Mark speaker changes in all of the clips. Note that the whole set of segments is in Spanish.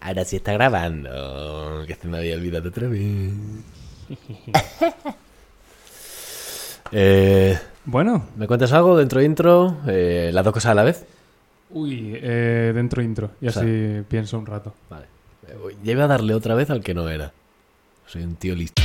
Speaker 1: Ahora sí está grabando. Que se me había olvidado otra vez. Eh,
Speaker 2: Bueno,
Speaker 1: ¿Me cuentas algo dentro intro? Eh, ¿Las dos cosas a la vez?
Speaker 2: uy, eh, dentro intro. Y
Speaker 1: O sea-
Speaker 2: así pienso un rato.
Speaker 1: Vale. Eh, uy, Ya iba a darle otra vez al que no era. Soy un tío listo.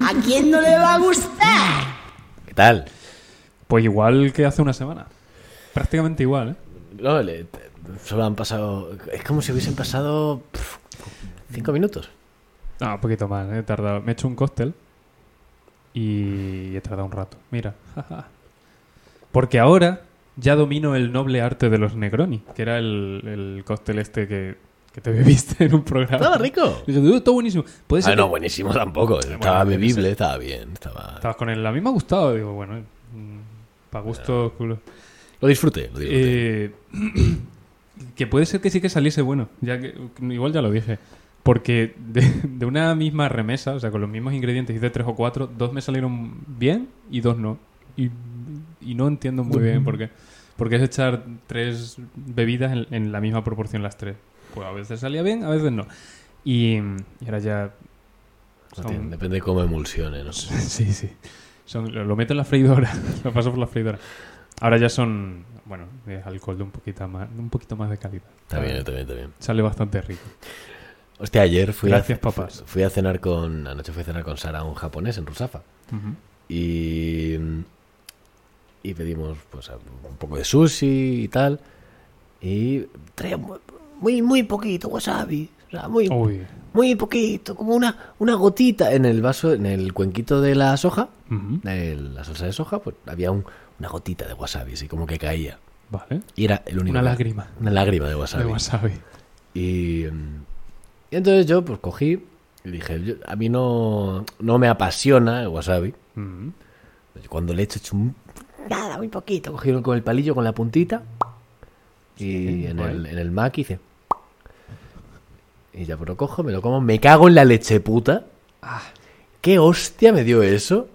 Speaker 3: ¿A quién no le va a gustar?
Speaker 1: ¿Qué tal?
Speaker 2: Pues igual que hace una semana. Prácticamente igual, ¿eh?
Speaker 1: No, le- te- solo han pasado. Es como si hubiesen pasado. pf, cinco minutos.
Speaker 2: No, un poquito más, ¿eh? He tardado. Me he hecho un cóctel y he tardado un rato. Mira, jaja. Porque ahora ya domino el noble arte de los Negroni, que era el, el cóctel este que, que te bebiste en un programa.
Speaker 1: Estaba rico.
Speaker 2: Dije, "Uh, está buenísimo. Puede ser
Speaker 1: Ah, no,
Speaker 2: que-
Speaker 1: buenísimo tampoco. Estaba
Speaker 2: yo qué
Speaker 1: bebible, estaba bien. Estaba...
Speaker 2: Estabas con él. A mí me ha gustado. Digo, bueno, para gusto, culo.
Speaker 1: Lo disfruté, lo disfruté.
Speaker 2: Eh, que puede ser que sí que saliese bueno, ya que igual ya lo dije. Porque de, de una misma remesa, o sea, con los mismos ingredientes, hice tres o cuatro, dos me salieron bien y dos no. Y, y no entiendo muy bien por qué. Porque es echar tres bebidas en, en la misma proporción las tres. Pues a veces salía bien, a veces no. Y, y ahora ya...
Speaker 1: No
Speaker 2: son-
Speaker 1: tiene- Depende de cómo emulsiones, no sé.
Speaker 2: um, Sí, sí. Son- lo, lo meto en la freidora, lo paso por la freidora. Ahora ya son, bueno, es alcohol de un poquito más, de un poquito más de calidad.
Speaker 1: Está bien, está bien, está bien.
Speaker 2: Sale bastante rico.
Speaker 1: Hostia, ayer fui
Speaker 2: Gracias,
Speaker 1: a,
Speaker 2: papás.
Speaker 1: fui a cenar con. Anoche fui a cenar con Sara, un japonés en Rusafa.
Speaker 2: Ujú.
Speaker 1: Y. Y pedimos, pues, a- un poco de sushi y tal. Y traía mu- muy, muy poquito wasabi. O sea, muy,
Speaker 2: Uy.
Speaker 1: muy poquito, como una, una gotita en el vaso, en el cuenquito de la soja,
Speaker 2: Ujú.
Speaker 1: de la salsa de soja, pues había un- una gotita de wasabi, así como que caía.
Speaker 2: Vale.
Speaker 1: Y era el único.
Speaker 2: Una lágrima
Speaker 1: Una lágrima de wasabi.
Speaker 2: de wasabi.
Speaker 1: Y, mm, y entonces yo pues cogí y dije, yo- a mí no, no me apasiona el wasabi.
Speaker 2: Ujú.
Speaker 1: Cuando le echo, echo un- nada, muy poquito. Cogí con el palillo, con la puntita. Y
Speaker 2: Sí,
Speaker 1: en,
Speaker 2: guay.
Speaker 1: el, en el Mac hice... Y ya pues lo cojo, me lo como, me cago en la leche puta.
Speaker 2: Ah.
Speaker 1: ¿Qué hostia me dio eso?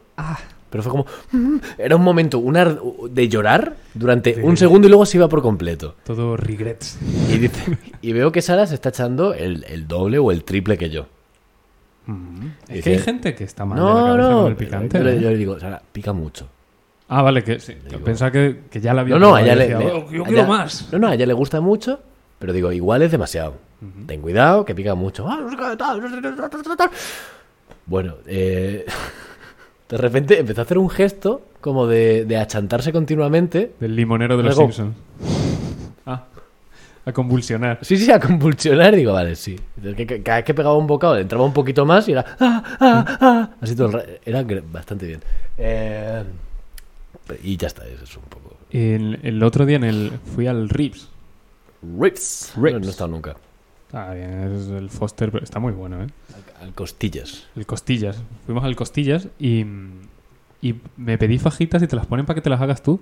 Speaker 1: Pero fue como... mm, Era un momento una, ar- de llorar durante
Speaker 2: Sí.
Speaker 1: un segundo y luego se iba por completo.
Speaker 2: Todo regrets.
Speaker 1: Y, dice- y veo que Sara se está echando el, el doble o el triple que yo.
Speaker 2: Ujú.
Speaker 1: Dice-
Speaker 2: Es que hay gente que está mal de la
Speaker 1: No,
Speaker 2: cabeza
Speaker 1: no.
Speaker 2: con el picante.
Speaker 1: yo, le,
Speaker 2: ¿eh?
Speaker 1: yo le digo, Sara, pica mucho.
Speaker 2: Ah, vale, que sí.
Speaker 1: Digo-
Speaker 2: Pensaba que, que ya la había
Speaker 1: No, no, a
Speaker 2: probado y
Speaker 1: ella le.
Speaker 2: decía,
Speaker 1: le-
Speaker 2: "Oh, yo
Speaker 1: a
Speaker 2: quiero
Speaker 1: ella-
Speaker 2: más.
Speaker 1: No, no, a ella le gusta mucho, pero digo, igual es demasiado. Ten cuidado, que pica mucho. Ah, no sé qué, tal, tal, tal, tal, tal. Bueno, eh, de repente empezó a hacer un gesto como de, de achantarse continuamente.
Speaker 2: Del limonero de los
Speaker 1: Luego-
Speaker 2: Simpsons. Ah. A convulsionar.
Speaker 1: Sí, sí, a convulsionar. Digo, vale, sí. Entonces, que- que- Cada vez que pegaba un bocado, le entraba un poquito más y era. "Ah, ah, ah", Así todo el ra- Era gr- bastante bien. Eh, y ya está, eso es un poco.
Speaker 2: El, el otro día en el, fui al Rips.
Speaker 1: Rips. No,
Speaker 2: Rips.
Speaker 1: no he estado nunca.
Speaker 2: Ah, bien, es el Foster, pero está muy bueno, ¿eh?
Speaker 1: Al, al costillas.
Speaker 2: El Costillas. Fuimos al Costillas y, y me pedí fajitas y te las ponen para que te las hagas tú.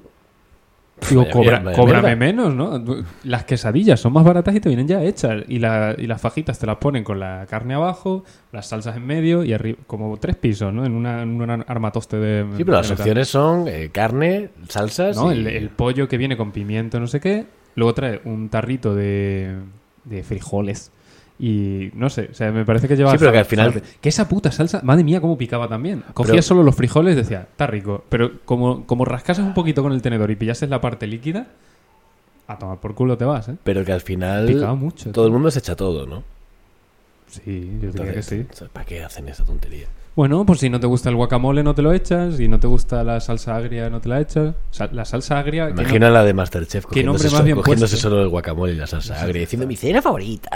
Speaker 2: Digo,
Speaker 1: Vaya
Speaker 2: cobra-
Speaker 1: mierda, vaya
Speaker 2: cóbrame
Speaker 1: mierda.
Speaker 2: menos, ¿no? Las quesadillas son más baratas y te vienen ya hechas. Y, la- y las fajitas te las ponen con la carne abajo, las salsas en medio y arriba, como tres pisos, ¿no? En, una, en un armatoste de.
Speaker 1: Sí, pero las
Speaker 2: de metal.
Speaker 1: opciones son eh, carne, salsas.
Speaker 2: ¿no?
Speaker 1: y-
Speaker 2: El, el pollo que viene con pimiento, no sé qué. Luego trae un tarrito de, de frijoles. Y no sé, o sea, me parece que lleva.
Speaker 1: Sí, pero que al
Speaker 2: sal-
Speaker 1: final-
Speaker 2: sal- Que esa puta salsa, madre mía, cómo picaba también. Cogías
Speaker 1: Pero-
Speaker 2: solo los frijoles y decía, está rico. Pero como, como rascases un poquito con el tenedor y pillases la parte líquida, a tomar por culo te vas, ¿eh?
Speaker 1: Pero que al final.
Speaker 2: Picaba mucho.
Speaker 1: Todo el mundo se echa todo, ¿no?
Speaker 2: Sí, yo diría que sí.
Speaker 1: Entonces, ¿Para qué hacen esa tontería?
Speaker 2: Bueno, pues si no te gusta el guacamole, no te lo echas. Si no te gusta la salsa agria, no te la echas. Sa- la salsa agria. que no-
Speaker 1: Imagina la de Masterchef cogiéndose,
Speaker 2: nombre más
Speaker 1: so-
Speaker 2: bien
Speaker 1: cogiéndose
Speaker 2: puesto.
Speaker 1: solo el guacamole y la salsa agria diciendo mi cena favorita.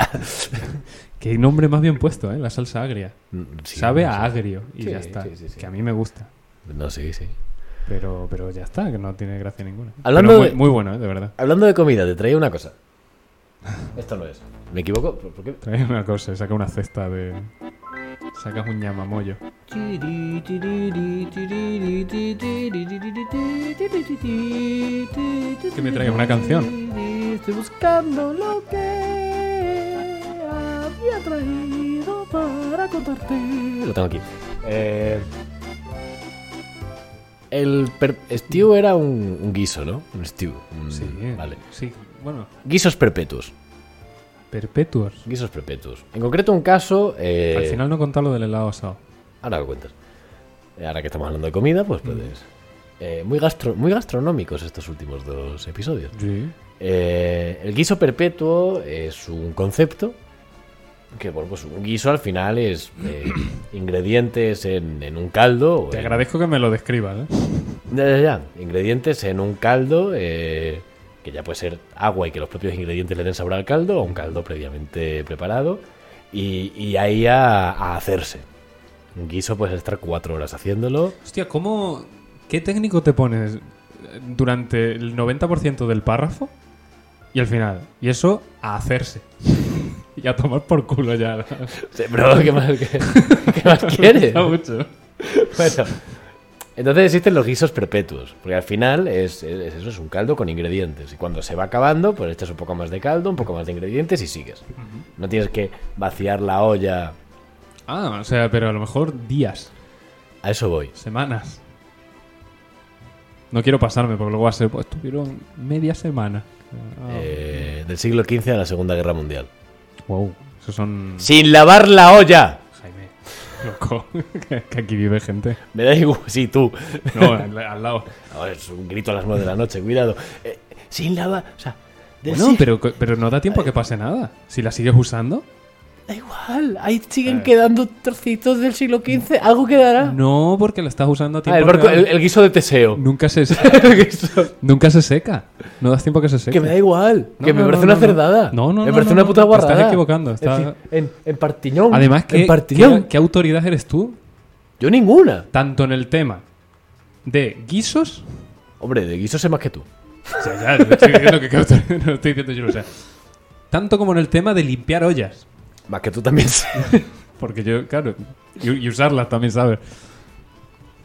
Speaker 2: Qué nombre más bien puesto, ¿eh? La salsa agria.
Speaker 1: Sí,
Speaker 2: Sabe
Speaker 1: no sé.
Speaker 2: a agrio y
Speaker 1: Sí,
Speaker 2: ya está.
Speaker 1: sí, sí, sí.
Speaker 2: Que a mí me gusta.
Speaker 1: No, sí, sí.
Speaker 2: Pero, pero ya está, que no tiene gracia ninguna.
Speaker 1: Hablando
Speaker 2: Pero muy,
Speaker 1: de-
Speaker 2: muy bueno, ¿eh? de verdad.
Speaker 1: Hablando de comida, te traía una cosa. Esto no es. ¿Me equivoco? ¿Por- por qué?
Speaker 2: Trae una cosa, saca una cesta de. Sacas un ñamamollo.
Speaker 1: Que
Speaker 2: me traiga una canción.
Speaker 1: Estoy buscando lo que había traído para contarte. Lo tengo aquí. Eh, el per- stew era un, un guiso, ¿no? Un stew. un-
Speaker 2: Sí,
Speaker 1: Vale.
Speaker 2: Sí, bueno,
Speaker 1: Guisos perpetuos.
Speaker 2: perpetuos.
Speaker 1: Guisos perpetuos. En concreto, un caso. eh,
Speaker 2: Al final no contar lo del helado asado.
Speaker 1: Ahora lo cuentas. Eh, Ahora que estamos hablando de comida,
Speaker 2: Mm.
Speaker 1: pues puedes. Eh, muy, gastro, muy gastronómicos estos últimos dos episodios.
Speaker 2: Sí.
Speaker 1: Eh, el guiso perpetuo es un concepto que, bueno, pues un guiso al final es eh, ingredientes en, en un caldo. o
Speaker 2: Te
Speaker 1: en-
Speaker 2: agradezco que me lo describas, ¿eh?
Speaker 1: Ya, ya, ya. Ingredientes en un caldo eh, que ya puede ser agua y que los propios ingredientes le den sabor al caldo o un caldo previamente preparado y, y ahí a, a hacerse. Un guiso puedes estar cuatro horas haciéndolo.
Speaker 2: Hostia, ¿cómo. ¿Qué técnico te pones eh, durante el 90% del párrafo y al final? Y eso a hacerse. y a tomar por culo ya.
Speaker 1: Sí, Pero, ¿qué más, qué- qué más quieres?
Speaker 2: Está mucho.
Speaker 1: Bueno, entonces existen los guisos perpetuos, porque al final es, es- eso, es un caldo con ingredientes. Y cuando se va acabando, pues echas un poco más de caldo, un poco más de ingredientes y sigues. No tienes que vaciar la olla.
Speaker 2: Ah, o sea, pero a lo mejor días,
Speaker 1: A eso voy.
Speaker 2: semanas. No quiero pasarme porque luego va a ser. Pues tuvieron media semana. Ah,
Speaker 1: Eh, del siglo XV a la Segunda Guerra Mundial.
Speaker 2: Wow. Esos son.
Speaker 1: ¡Sin lavar la olla!
Speaker 2: Jaime. Loco. que aquí vive gente.
Speaker 1: Me da igual, sí, tú.
Speaker 2: No, al, al lado.
Speaker 1: Ahora es un grito a las nueve de la noche, cuidado. Eh, sin lavar, o sea, del
Speaker 2: Bueno,
Speaker 1: siglo-
Speaker 2: pero, pero no da tiempo a que pase nada. Si la sigues usando.
Speaker 1: Da igual, ahí siguen quedando trocitos del siglo XV, algo quedará.
Speaker 2: Eh. No, porque la estás usando a tiempo.
Speaker 1: Ah, el, barco-
Speaker 2: real.
Speaker 1: el- el guiso de Teseo.
Speaker 2: Nunca, se,
Speaker 1: El guiso-
Speaker 2: nunca se seca. No das tiempo a que se seque.
Speaker 1: que me da igual,
Speaker 2: No,
Speaker 1: que me
Speaker 2: no,
Speaker 1: parece
Speaker 2: no,
Speaker 1: una
Speaker 2: no, no.
Speaker 1: cerdada.
Speaker 2: No, no,
Speaker 1: Me
Speaker 2: no,
Speaker 1: parece
Speaker 2: no,
Speaker 1: una
Speaker 2: no,
Speaker 1: puta
Speaker 2: te estás
Speaker 1: guarrada.
Speaker 2: equivocando, está-
Speaker 1: En, fin, en, en Partiñón.
Speaker 2: Además,
Speaker 1: en
Speaker 2: ¿qué,
Speaker 1: Partiñón.
Speaker 2: qué, qué autoridad eres tú?
Speaker 1: Yo ninguna.
Speaker 2: Tanto en el tema de guisos.
Speaker 1: Hombre, de guiso sé más que tú.
Speaker 2: O sea, ya, no estoy diciendo que, que autoridad- no estoy diciendo yo, o sea, Tanto como en el tema de limpiar ollas.
Speaker 1: Más que tú también sé.
Speaker 2: Porque yo, claro, y, y usarlas también, ¿sabes?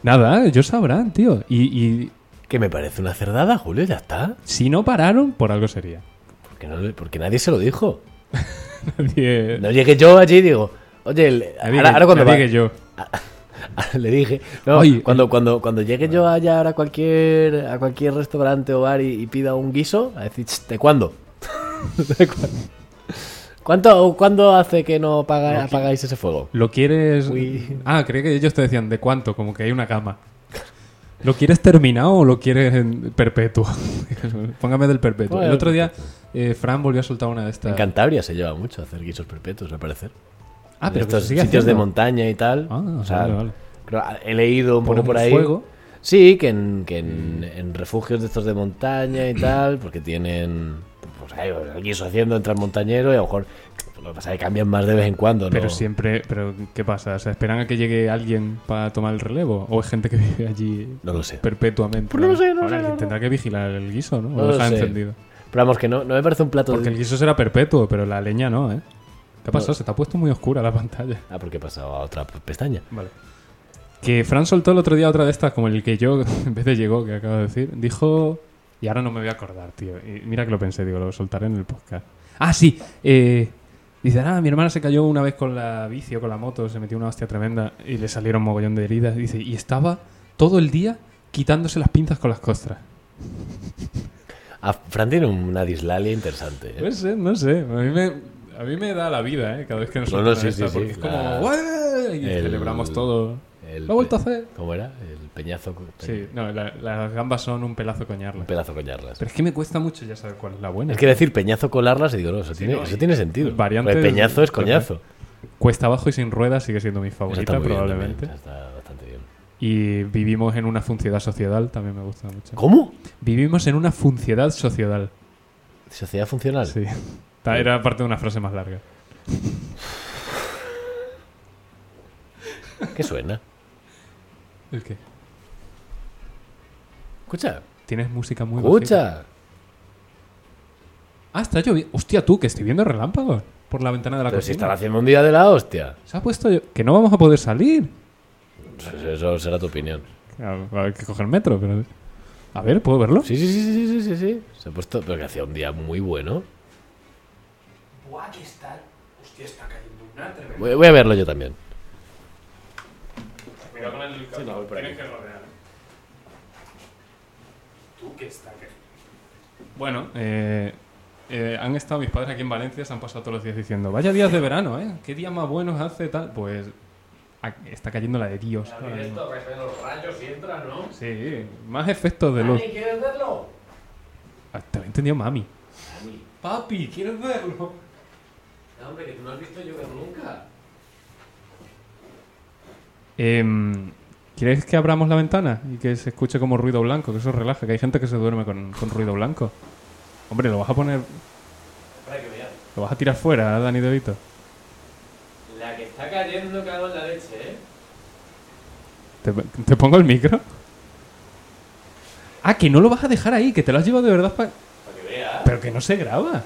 Speaker 2: Nada, ellos sabrán, tío. Y, y
Speaker 1: que me parece una cerdada, Julio, ya está.
Speaker 2: si no pararon, por algo sería.
Speaker 1: Porque, no le- porque nadie se lo dijo.
Speaker 2: Nadie,
Speaker 1: No llegué yo allí y digo, oye, el-
Speaker 2: nadie
Speaker 1: ahora,
Speaker 2: que-
Speaker 1: ahora cuando
Speaker 2: nadie
Speaker 1: va-
Speaker 2: que yo.
Speaker 1: le dije, no,
Speaker 2: Oye, eh.
Speaker 1: cuando, cuando, cuando llegue yo allá ahora a cualquier, a cualquier restaurante o bar y, y pida un guiso, a decir, "Ch, ¿de cuándo? ¿De cuándo? ¿Cuánto, ¿Cuándo hace que no paga-
Speaker 2: No,
Speaker 1: apagáis ese fuego?
Speaker 2: ¿Lo quieres...?
Speaker 1: Uy.
Speaker 2: Ah, creía que ellos te decían de cuánto, como que hay una cama. ¿Lo quieres terminado o lo quieres en perpetuo? Póngame del perpetuo.
Speaker 1: Bueno,
Speaker 2: El otro día eh, Fran volvió a soltar una de
Speaker 1: En
Speaker 2: estas.
Speaker 1: Cantabria se lleva mucho hacer guisos perpetuos, al parecer.
Speaker 2: Ah,
Speaker 1: En
Speaker 2: pero que
Speaker 1: estos
Speaker 2: se sigue
Speaker 1: sitios de
Speaker 2: haciendo.
Speaker 1: montaña y tal.
Speaker 2: Ah,
Speaker 1: o sea,
Speaker 2: vale, vale.
Speaker 1: creo- he leído un poco
Speaker 2: Ponen
Speaker 1: por ahí.
Speaker 2: fuego.
Speaker 1: Sí, que, en, que
Speaker 2: Mm.
Speaker 1: en, en refugios de estos de montaña y tal, porque tienen. Pues ahí, el guiso haciendo, entra el montañero y a lo mejor. Lo que pasa es que cambian más de vez en cuando, ¿no?
Speaker 2: Pero siempre... ¿Pero qué pasa? O sea, ¿esperan a que llegue alguien para tomar el relevo? ¿O hay gente que vive allí
Speaker 1: No lo sé.
Speaker 2: perpetuamente?
Speaker 1: Pues no lo sé, no lo
Speaker 2: Ahora,
Speaker 1: sé, la
Speaker 2: alguien
Speaker 1: verdad.
Speaker 2: Tendrá que vigilar el guiso, ¿no? O
Speaker 1: No
Speaker 2: lo
Speaker 1: lo
Speaker 2: dejar
Speaker 1: sé.
Speaker 2: encendido.
Speaker 1: Pero vamos, que no, no me parece un plato.
Speaker 2: Porque el guiso será perpetuo, pero la leña no, ¿eh? ¿Qué ha pasado? Se te ha puesto muy oscura la pantalla.
Speaker 1: Ah, porque he pasado a otra pestaña.
Speaker 2: Vale. Que Fran soltó el otro día otra de estas, como el que yo, en vez de llegó, que acabo de decir, dijo. Y ahora no me voy a acordar, tío. Y mira que lo pensé, digo, lo soltaré en el podcast. Ah, sí. eh, dice, ah, mi hermana se cayó una vez con la bici o con la moto, se metió una hostia tremenda y le salieron mogollón de heridas. Dice, y estaba todo el día quitándose las pinzas con las costras.
Speaker 1: Ah, Fran tiene una dislalia interesante. ¿eh?
Speaker 2: No sé, no sé. A mí me, a mí me da la vida, ¿eh? Cada vez que nos
Speaker 1: No, no,
Speaker 2: soltan
Speaker 1: sí,
Speaker 2: esta,
Speaker 1: sí,
Speaker 2: porque
Speaker 1: sí,
Speaker 2: es
Speaker 1: la-
Speaker 2: como, "Ué", y
Speaker 1: el-
Speaker 2: celebramos todo.
Speaker 1: El
Speaker 2: Lo he vuelto a
Speaker 1: pe-
Speaker 2: hacer.
Speaker 1: ¿Cómo era? El peñazo. con-
Speaker 2: Sí, no, la- las gambas son un pelazo coñarlas.
Speaker 1: Un pedazo coñarlas.
Speaker 2: Pero es que me cuesta mucho ya saber cuál es la buena.
Speaker 1: Es que decir peñazo colarlas y digo, no, eso, tiene,
Speaker 2: no,
Speaker 1: eso
Speaker 2: y-
Speaker 1: tiene sentido.
Speaker 2: variantes-
Speaker 1: Porque peñazo es coñazo.
Speaker 2: Cuesta abajo y sin ruedas sigue siendo mi
Speaker 1: Eso
Speaker 2: favorita,
Speaker 1: está muy bien
Speaker 2: probablemente.
Speaker 1: también, eso está bastante bien.
Speaker 2: y vivimos en una funcionalidad sociedad, también me gusta mucho.
Speaker 1: ¿Cómo?
Speaker 2: Vivimos en una funcionalidad sociedad.
Speaker 1: Sociedad funcional.
Speaker 2: Sí. Ta- Era parte de una frase más larga.
Speaker 1: ¿Qué suena?
Speaker 2: ¿El qué?
Speaker 1: Escucha,
Speaker 2: Tienes música muy bajita.
Speaker 1: escucha.
Speaker 2: Ah, está lloviendo. Hostia, tú, que estoy viendo relámpagos por la ventana de la
Speaker 1: Pero si
Speaker 2: cocina.
Speaker 1: estaba haciendo un día de la hostia.
Speaker 2: Se ha puesto... llo- Que no vamos a poder salir.
Speaker 1: Pues eso será tu opinión.
Speaker 2: Claro, va a haber que coger metro, pero. A ver, ¿puedo verlo?
Speaker 1: Sí, sí, sí, sí, sí, sí, sí. Se ha puesto. Pero que hacía un día muy bueno.
Speaker 4: Buah, aquí está. Hostia, está cayendo una tremenda.
Speaker 1: Voy, voy a verlo yo también.
Speaker 2: Cuidado con el
Speaker 1: no, voy por
Speaker 2: tienes que rodear. Tú que está que- Bueno, eh, eh, han estado mis padres aquí en Valencia, se han pasado todos los días diciendo, vaya días de verano, ¿eh? ¿Qué días más buenos hace tal? Pues a- está cayendo la de Dios. ahora mismo.
Speaker 4: Esto, que se ven los rayos y entran, ¿no?
Speaker 2: Sí, más efectos de luz.
Speaker 4: Mami, ¿quieres verlo?
Speaker 2: Ah, Te lo he entendido, mami.
Speaker 4: Mami.
Speaker 2: Papi, ¿quieres verlo?
Speaker 4: No, hombre, que tú no has visto llover nunca.
Speaker 2: ¿Quieres Em, que abramos la ventana y que se escuche como ruido blanco? Que eso relaja, que hay gente que se duerme con, con ruido blanco. Hombre, lo vas a poner,
Speaker 4: Para que vean.
Speaker 2: lo vas a tirar fuera, ¿eh, Dani Devito.
Speaker 4: La que está cayendo cago en la leche, ¿eh?
Speaker 2: ¿Te, te pongo el micro? Ah, que no lo vas a dejar ahí, que te lo has llevado de verdad pa-
Speaker 4: Para que vea.
Speaker 2: Pero que no se graba.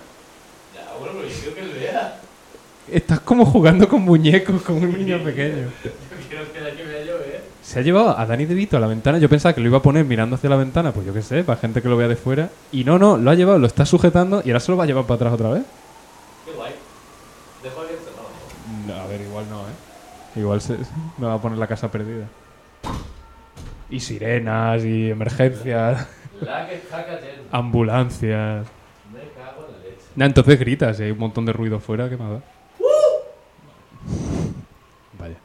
Speaker 4: Ya, bueno, pero yo quiero que él vea.
Speaker 2: Estás como jugando con muñecos, con un niño pequeño.
Speaker 4: Yo quiero que la que vea llover.
Speaker 2: Se ha llevado a Dani DeVito a la ventana. Yo pensaba que lo iba a poner mirando hacia la ventana, pues yo qué sé, para gente que lo vea de fuera. Y no, no, lo ha llevado, lo está sujetando y ahora se lo va a llevar para atrás otra vez.
Speaker 4: Qué guay. Dejo abierto, no.
Speaker 2: No, a ver, igual no, ¿eh? Igual se, me va a poner la casa perdida. Y sirenas, y emergencias,
Speaker 4: La que está cayendo.
Speaker 2: ambulancias.
Speaker 4: Me cago en la leche.
Speaker 2: Nah, entonces gritas, si hay un montón de ruido fuera, ¿qué más da? Vaya.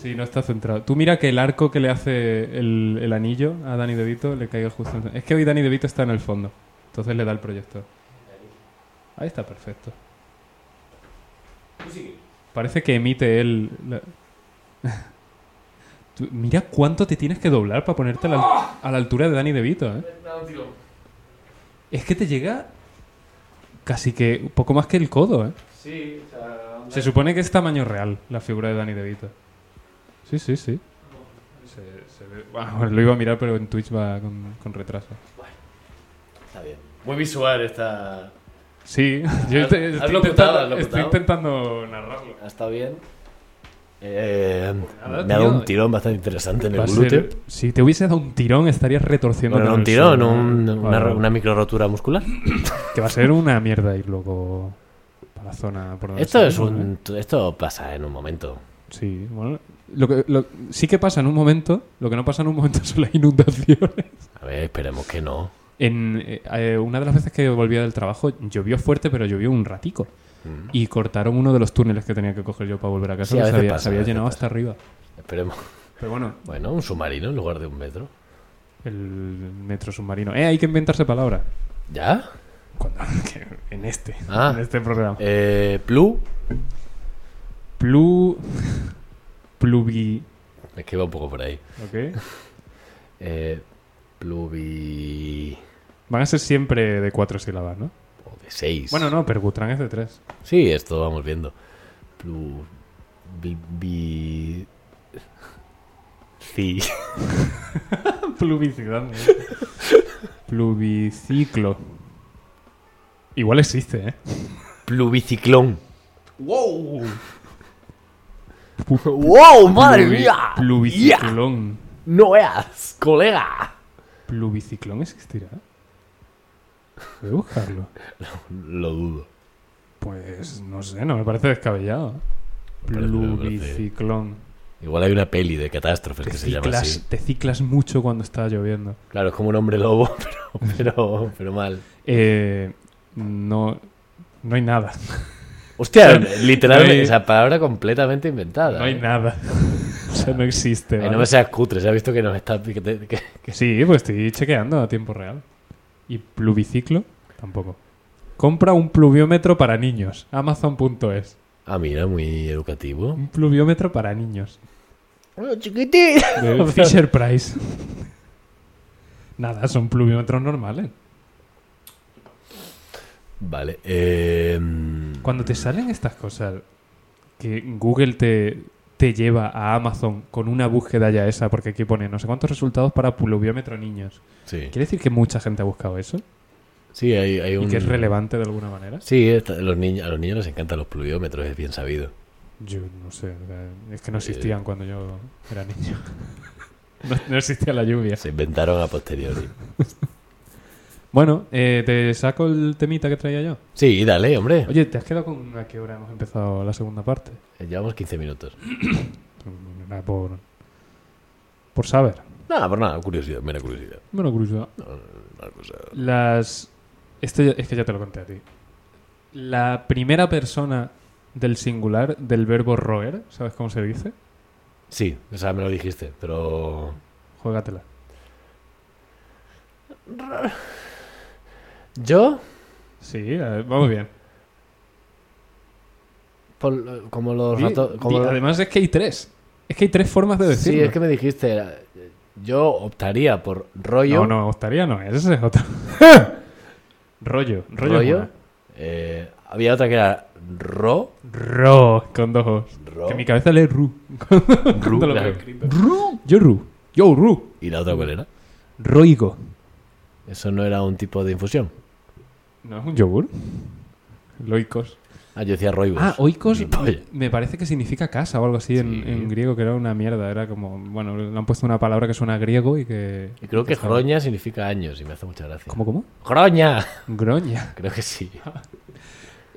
Speaker 2: Sí, no está centrado. Tú mira que el arco que le hace el, el anillo a Dani DeVito le caiga justo en... Es que hoy Dani DeVito está en el fondo. Entonces le da el proyector. Ahí está perfecto.
Speaker 4: Tú sigue.
Speaker 2: Parece que emite él... la- Tú- mira cuánto te tienes que doblar para ponerte a la, al- a la altura de Dani DeVito, ¿eh?
Speaker 4: Me he dado un tirón.
Speaker 2: Es que te llega casi que un poco más que el codo, ¿eh?
Speaker 4: Sí, o sea...
Speaker 2: Se supone que es tamaño real la figura de Danny DeVito. Sí, sí, sí. Se, se ve- Bueno, lo iba a mirar, pero en Twitch va con, con retraso.
Speaker 1: Está bien. Muy visual esta.
Speaker 2: Sí, yo
Speaker 1: Has-
Speaker 2: estoy,
Speaker 1: has locutado,
Speaker 2: estoy intentando,
Speaker 1: has locutado.
Speaker 2: estoy intentando narrarlo.
Speaker 1: Ha estado bien. Eh,
Speaker 2: nada,
Speaker 1: me ha dado
Speaker 2: tío.
Speaker 1: un tirón bastante interesante en
Speaker 2: Va
Speaker 1: el
Speaker 2: a
Speaker 1: glúteo.
Speaker 2: ser- si te hubiese dado un tirón, estarías retorciendo.
Speaker 1: Bueno, no un tirón, un- una, ro- una micro rotura muscular.
Speaker 2: Que va a ser una mierda ir luego para la zona. Por donde
Speaker 1: Esto es
Speaker 2: salimos, ¿eh?
Speaker 1: un, esto pasa en un momento.
Speaker 2: Sí, bueno. Lo que, lo- sí que pasa en un momento. Lo que no pasa en un momento son las inundaciones.
Speaker 1: A ver, esperemos que no.
Speaker 2: En, eh, eh, una de las veces que volvía del trabajo llovió fuerte, pero llovió un ratico.
Speaker 1: Mm,
Speaker 2: Y cortaron uno de los túneles que tenía que coger yo para volver a casa.
Speaker 1: Sí, a
Speaker 2: que se
Speaker 1: veces
Speaker 2: había,
Speaker 1: pasa,
Speaker 2: se había
Speaker 1: a veces
Speaker 2: llenado
Speaker 1: pasa.
Speaker 2: hasta arriba.
Speaker 1: Esperemos.
Speaker 2: Pero bueno,
Speaker 1: Bueno, un submarino en lugar de un metro.
Speaker 2: el metro submarino. Eh, hay que inventarse palabras.
Speaker 1: ¿Ya?
Speaker 2: Cuando- que- en este,
Speaker 1: Ah.
Speaker 2: en este programa.
Speaker 1: Eh, plu.
Speaker 2: Plu. Pluvi.
Speaker 1: Es que va un poco por ahí.
Speaker 2: ¿Ok?
Speaker 1: Eh, pluvi.
Speaker 2: Van a ser siempre de cuatro sílabas, ¿no?
Speaker 1: O de seis.
Speaker 2: Bueno, no, Pergutran es de tres.
Speaker 1: Sí, esto vamos viendo. Plu. Bi. bi- ci-
Speaker 2: Pluvicidad. ¿no? Pluviciclo. Igual existe, ¿eh?
Speaker 1: Pluviciclón.
Speaker 2: ¡Wow!
Speaker 1: ¡Wow! ¡Madre
Speaker 2: Pluvi-
Speaker 1: mía! ¡Ya!
Speaker 2: Pluviciclón.
Speaker 1: ¡No veas, colega!
Speaker 2: ¿Pluviciclón existirá? Voy a buscarlo.
Speaker 1: Lo dudo.
Speaker 2: Pues no sé, no me parece descabellado.
Speaker 1: Me parece- me parece-
Speaker 2: Pluviciclón.
Speaker 1: Igual hay una peli de catástrofes
Speaker 2: Te
Speaker 1: que se llama así.
Speaker 2: ciclas, te ciclas mucho cuando está lloviendo.
Speaker 1: Claro, es como un hombre lobo, pero, pero, pero mal.
Speaker 2: Eh, no, no hay nada.
Speaker 1: Hostia, literalmente,
Speaker 2: no hay-
Speaker 1: esa palabra completamente inventada.
Speaker 2: No hay
Speaker 1: ¿eh?
Speaker 2: nada. o sea, no existe.
Speaker 1: Ay,
Speaker 2: ¿vale?
Speaker 1: no me seas cutre, se ha visto que nos está... que te- que- que-
Speaker 2: Sí, pues estoy chequeando a tiempo real. ¿Y pluviciclo? Tampoco. Compra un pluviómetro para niños. Amazon.es.
Speaker 1: Ah, mira, muy educativo.
Speaker 2: Un pluviómetro para niños.
Speaker 1: Bueno, chiquitín.
Speaker 2: De Fisher Price. Nada, son pluviómetros normales.
Speaker 1: Vale. Eh,
Speaker 2: Cuando te salen estas cosas que Google te, te lleva a Amazon con una búsqueda ya esa, porque aquí pone no sé cuántos resultados para pluviómetro niños.
Speaker 1: sí,
Speaker 2: ¿Quiere decir que mucha gente ha buscado eso?
Speaker 1: sí hay, hay un...
Speaker 2: ¿Y que es relevante de alguna manera?
Speaker 1: Sí, esta- los niños, a los niños les encantan los pluviómetros, es bien sabido.
Speaker 2: Yo no sé, o sea, eh, es que no existían cuando yo era niño. No, no existía la lluvia.
Speaker 1: Se inventaron a posteriori.
Speaker 2: Bueno, eh, te saco el temita que traía yo.
Speaker 1: Sí, dale, hombre.
Speaker 2: Oye, ¿te has quedado con a qué hora hemos empezado la segunda parte?
Speaker 1: Eh, Llevamos 15 minutos.
Speaker 2: Era por, por saber.
Speaker 1: Nada, por nada, curiosidad, mera curiosidad.
Speaker 2: Bueno, curiosidad.
Speaker 1: Una cosa-
Speaker 2: Las. Esto ya- es que ya te lo conté a ti. La primera persona del singular del verbo roer, ¿sabes cómo se dice?
Speaker 1: Sí, o sea, me lo dijiste, pero.
Speaker 2: Juégatela.
Speaker 1: Yo,
Speaker 2: Sí, a ver, vamos bien.
Speaker 1: por- como los
Speaker 2: Di-
Speaker 1: ratos.
Speaker 2: di-
Speaker 1: como-
Speaker 2: además es que hay tres. Es que hay tres formas de
Speaker 1: sí,
Speaker 2: decirlo.
Speaker 1: es que me dijiste. eh, Yo optaría por rollo.
Speaker 2: No, no, hostaría no, ese es otro. rollo, rollo. es
Speaker 1: rollo.
Speaker 2: una.
Speaker 1: Eh, había otra que era ro.
Speaker 2: Ro, con dos os.
Speaker 1: ro
Speaker 2: Que en mi cabeza lee ru.
Speaker 1: ru,
Speaker 2: cuando lo
Speaker 1: claro.
Speaker 2: veo escrito. Yo ru. Yo ru.
Speaker 1: ¿Y la otra cuál era?
Speaker 2: Roigo.
Speaker 1: Eso no era un tipo de infusión.
Speaker 2: ¿No es un yogur? Loicos.
Speaker 1: Ah, yo decía roibos.
Speaker 2: Ah, oikos
Speaker 1: Ni polla.
Speaker 2: me parece que significa casa o algo así en,
Speaker 1: Sí.
Speaker 2: en griego, que era una mierda. Era como, bueno, le han puesto una palabra que suena a griego y que...
Speaker 1: Y creo que
Speaker 2: está-
Speaker 1: groña significa años y me hace mucha gracia.
Speaker 2: ¿Cómo, cómo?
Speaker 1: ¡Groña!
Speaker 2: Groña.
Speaker 1: Creo que sí.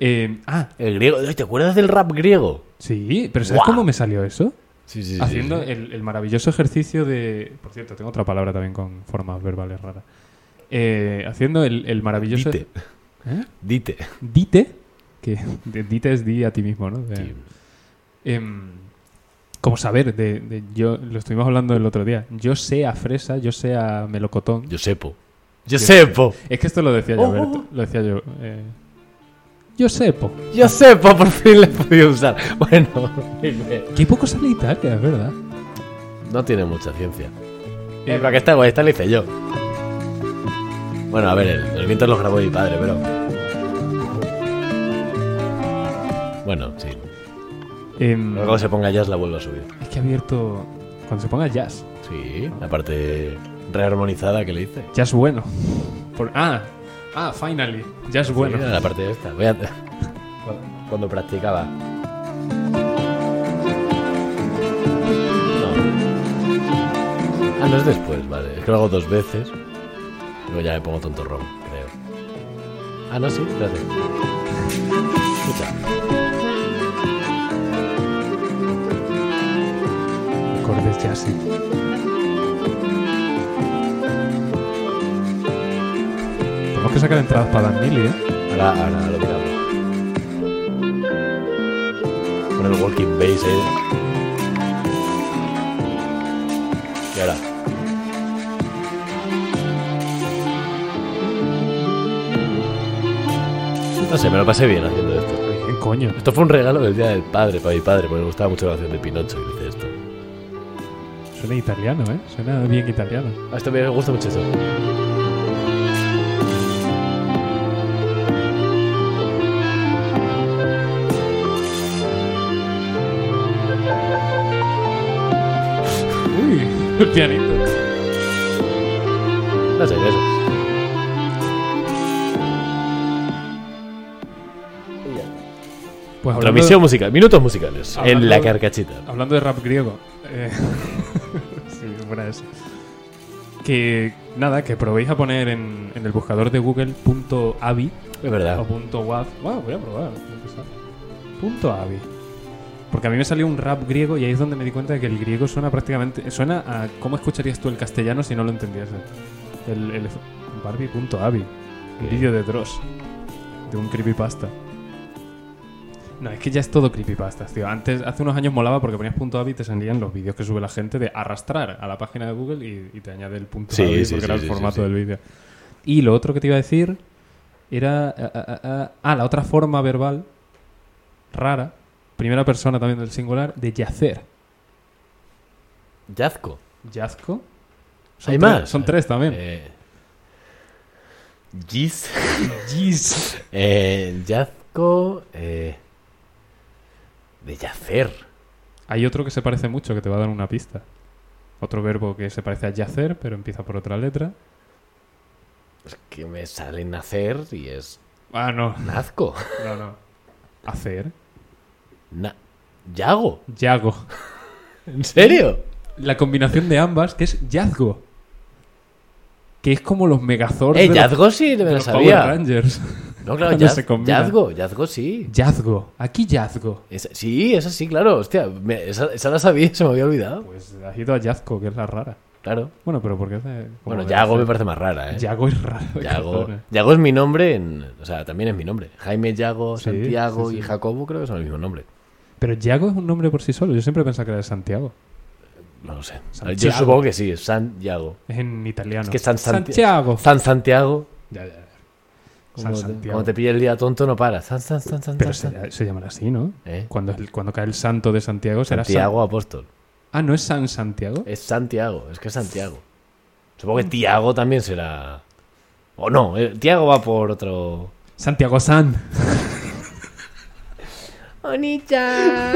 Speaker 2: Eh, ah,
Speaker 1: El griego. Ay, ¿Te acuerdas del rap griego?
Speaker 2: sí, pero ¿sabes
Speaker 1: Guau.
Speaker 2: cómo me salió eso?
Speaker 1: Sí, sí, sí.
Speaker 2: Haciendo
Speaker 1: sí.
Speaker 2: El, el maravilloso ejercicio de... Por cierto, tengo otra palabra también con formas verbales raras. Eh, haciendo el, el maravilloso...
Speaker 1: Dite.
Speaker 2: ¿Eh?
Speaker 1: Dite.
Speaker 2: Dite, que de- dite es di a ti mismo, ¿no? De-
Speaker 1: Sí.
Speaker 2: em, como saber, de, de- yo lo estuvimos hablando el otro día. Yo sé a fresa, yo sé a melocotón.
Speaker 1: Yosepo. Yosepo.
Speaker 2: Es que esto lo decía yo,
Speaker 1: Oh, oh,
Speaker 2: Berto, lo decía yo. eh, yo sepo.
Speaker 1: Yosepo, por fin le he podido usar. Bueno, dime.
Speaker 2: Qué poco sale Italia, es verdad.
Speaker 1: no tiene mucha ciencia.
Speaker 2: Eh,
Speaker 1: Eh, pero que está guay, esta la hice yo. Bueno, a ver, el, el viento lo grabó mi padre, pero. Bueno, sí.
Speaker 2: em,
Speaker 1: Luego cuando se ponga jazz la vuelvo a subir.
Speaker 2: es que ha abierto. Cuando se ponga jazz.
Speaker 1: Sí, la parte rearmonizada que le hice.
Speaker 2: Jazz bueno. Por- ah, ah, finally. Jazz bueno.
Speaker 1: Sí, la parte esta. Voy a- Cuando practicaba. No. Ah, no es después, vale. Es que lo hago dos veces. Luego ya me pongo tonto rom, creo. Ah, no, sí, espérate. Escucha.
Speaker 2: Acordes jazzy. Tenemos que sacar entradas para Dan Neely, ¿eh?
Speaker 1: Ahora, ahora lo miramos. Con el walking eh. bass ahí. Y ahora. No sé, me lo pasé bien haciendo esto.
Speaker 2: ¿Qué coño?
Speaker 1: Esto fue un regalo del día del padre para mi padre, porque me gustaba mucho la canción de Pinocho y dice esto.
Speaker 2: Suena italiano, ¿eh? Suena bien italiano.
Speaker 1: A esto me gusta mucho eso.
Speaker 2: Uy, el pianito.
Speaker 1: No sé, eso.
Speaker 2: Pues hablando,
Speaker 1: Transmisión musical, minutos musicales.
Speaker 2: Hablando-
Speaker 1: En la carcachita.
Speaker 2: hablando de rap griego. eh, sí, buena esa. Que nada, que probéis a poner en, en el buscador de Google punto .avi
Speaker 1: Es verdad.
Speaker 2: o punto .wav. Bueno, voy a probar. lo que sale. Punto .avi. Porque a mí me salió un rap griego y ahí es donde me di cuenta de que el griego suena prácticamente... Suena a cómo escucharías tú el castellano si no lo entendieses. El, el Barbie.avi. Un
Speaker 1: Sí.
Speaker 2: vídeo de Dross. De un creepypasta. No, es que ya es todo creepypasta, tío. Antes, hace unos años molaba porque ponías punto .avi y te salían los vídeos que sube la gente de arrastrar a la página de Google y, y te añade el punto
Speaker 1: Sí,
Speaker 2: .avi
Speaker 1: sí,
Speaker 2: porque
Speaker 1: sí,
Speaker 2: era el
Speaker 1: sí, sí,
Speaker 2: formato
Speaker 1: sí.
Speaker 2: del vídeo. Y lo otro que te iba a decir era... ah, ah, ah, ah, la otra forma verbal rara, primera persona también del singular, de yacer.
Speaker 1: Yazco.
Speaker 2: Yazco.
Speaker 1: ¿Hay
Speaker 2: tres-
Speaker 1: más?
Speaker 2: Son tres también.
Speaker 1: Eh, Giz.
Speaker 2: Yis.
Speaker 1: Eh, Yazco. eh, de yacer.
Speaker 2: Hay otro que se parece mucho, que te va a dar una pista. Otro verbo que se parece a yacer, pero empieza por otra letra.
Speaker 1: Es que me sale nacer y es
Speaker 2: Ah, no.
Speaker 1: nazco.
Speaker 2: No, no. Hacer.
Speaker 1: Na- Yago.
Speaker 2: Yago.
Speaker 1: ¿En serio?
Speaker 2: La combinación de ambas, que es Yazgo. Que es como los Megazords
Speaker 1: Eh,
Speaker 2: de los-
Speaker 1: Yazgo sí, me
Speaker 2: de
Speaker 1: la
Speaker 2: los Power
Speaker 1: sabía.
Speaker 2: Rangers.
Speaker 1: No, claro,
Speaker 2: Cuando
Speaker 1: Yaz-
Speaker 2: se combina.
Speaker 1: Yazgo, Yazgo sí.
Speaker 2: Yazgo. Aquí Yazgo.
Speaker 1: Esa- sí, esa sí, claro. Hostia, me- esa, esa la sabía, se me había olvidado.
Speaker 2: Pues has ido a Yazgo, que es la rara.
Speaker 1: Claro.
Speaker 2: Bueno, pero porque hace... como
Speaker 1: Bueno,
Speaker 2: de-
Speaker 1: Yago me parece más rara, ¿eh?
Speaker 2: Yago es raro. de
Speaker 1: Yago.
Speaker 2: cojones.
Speaker 1: Yago es mi nombre, en, o sea, también es mi nombre. Jaime, Yago,
Speaker 2: Sí,
Speaker 1: Santiago
Speaker 2: sí, sí.
Speaker 1: y Jacobo creo que son el mismo nombre.
Speaker 2: Pero Yago es un nombre por sí solo. Yo siempre pensaba que era de Santiago.
Speaker 1: No lo sé. Yo
Speaker 2: Santiago.
Speaker 1: supongo que sí, es Santiago.
Speaker 2: Es en italiano.
Speaker 1: Es que San Santi-
Speaker 2: Santiago.
Speaker 1: San Santiago.
Speaker 2: Ya, ya, ya. San
Speaker 1: Como te,
Speaker 2: Santiago.
Speaker 1: como te pilla el día tonto, no paras. San, san, san, san,
Speaker 2: Pero
Speaker 1: san, san.
Speaker 2: se, se llamará así, ¿no?
Speaker 1: ¿Eh?
Speaker 2: Cuando, el- cuando cae el santo de Santiago será San-
Speaker 1: Santiago Eh. Apóstol.
Speaker 2: Ah, ¿no es San Santiago?
Speaker 1: Es Santiago, es que es Santiago. Supongo que Tiago también será. O no, eh, Tiago va por otro.
Speaker 2: Santiago San.
Speaker 5: Onicha.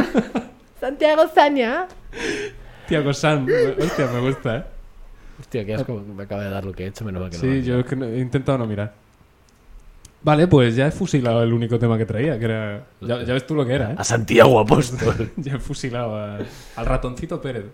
Speaker 5: Santiago Zania.
Speaker 2: Santiago San. Hostia, me gusta, ¿eh?
Speaker 1: Hostia, qué asco, me acaba de dar lo que he hecho, menos mal que no. lo he
Speaker 2: Sí,
Speaker 1: hecho.
Speaker 2: yo es que no- he intentado no mirar. Vale, pues ya he fusilado el único tema que traía, que era... Ya, ya ves tú lo que era, ¿eh?
Speaker 1: A Santiago Apóstol.
Speaker 2: Ya he fusilado a- al ratoncito Pérez.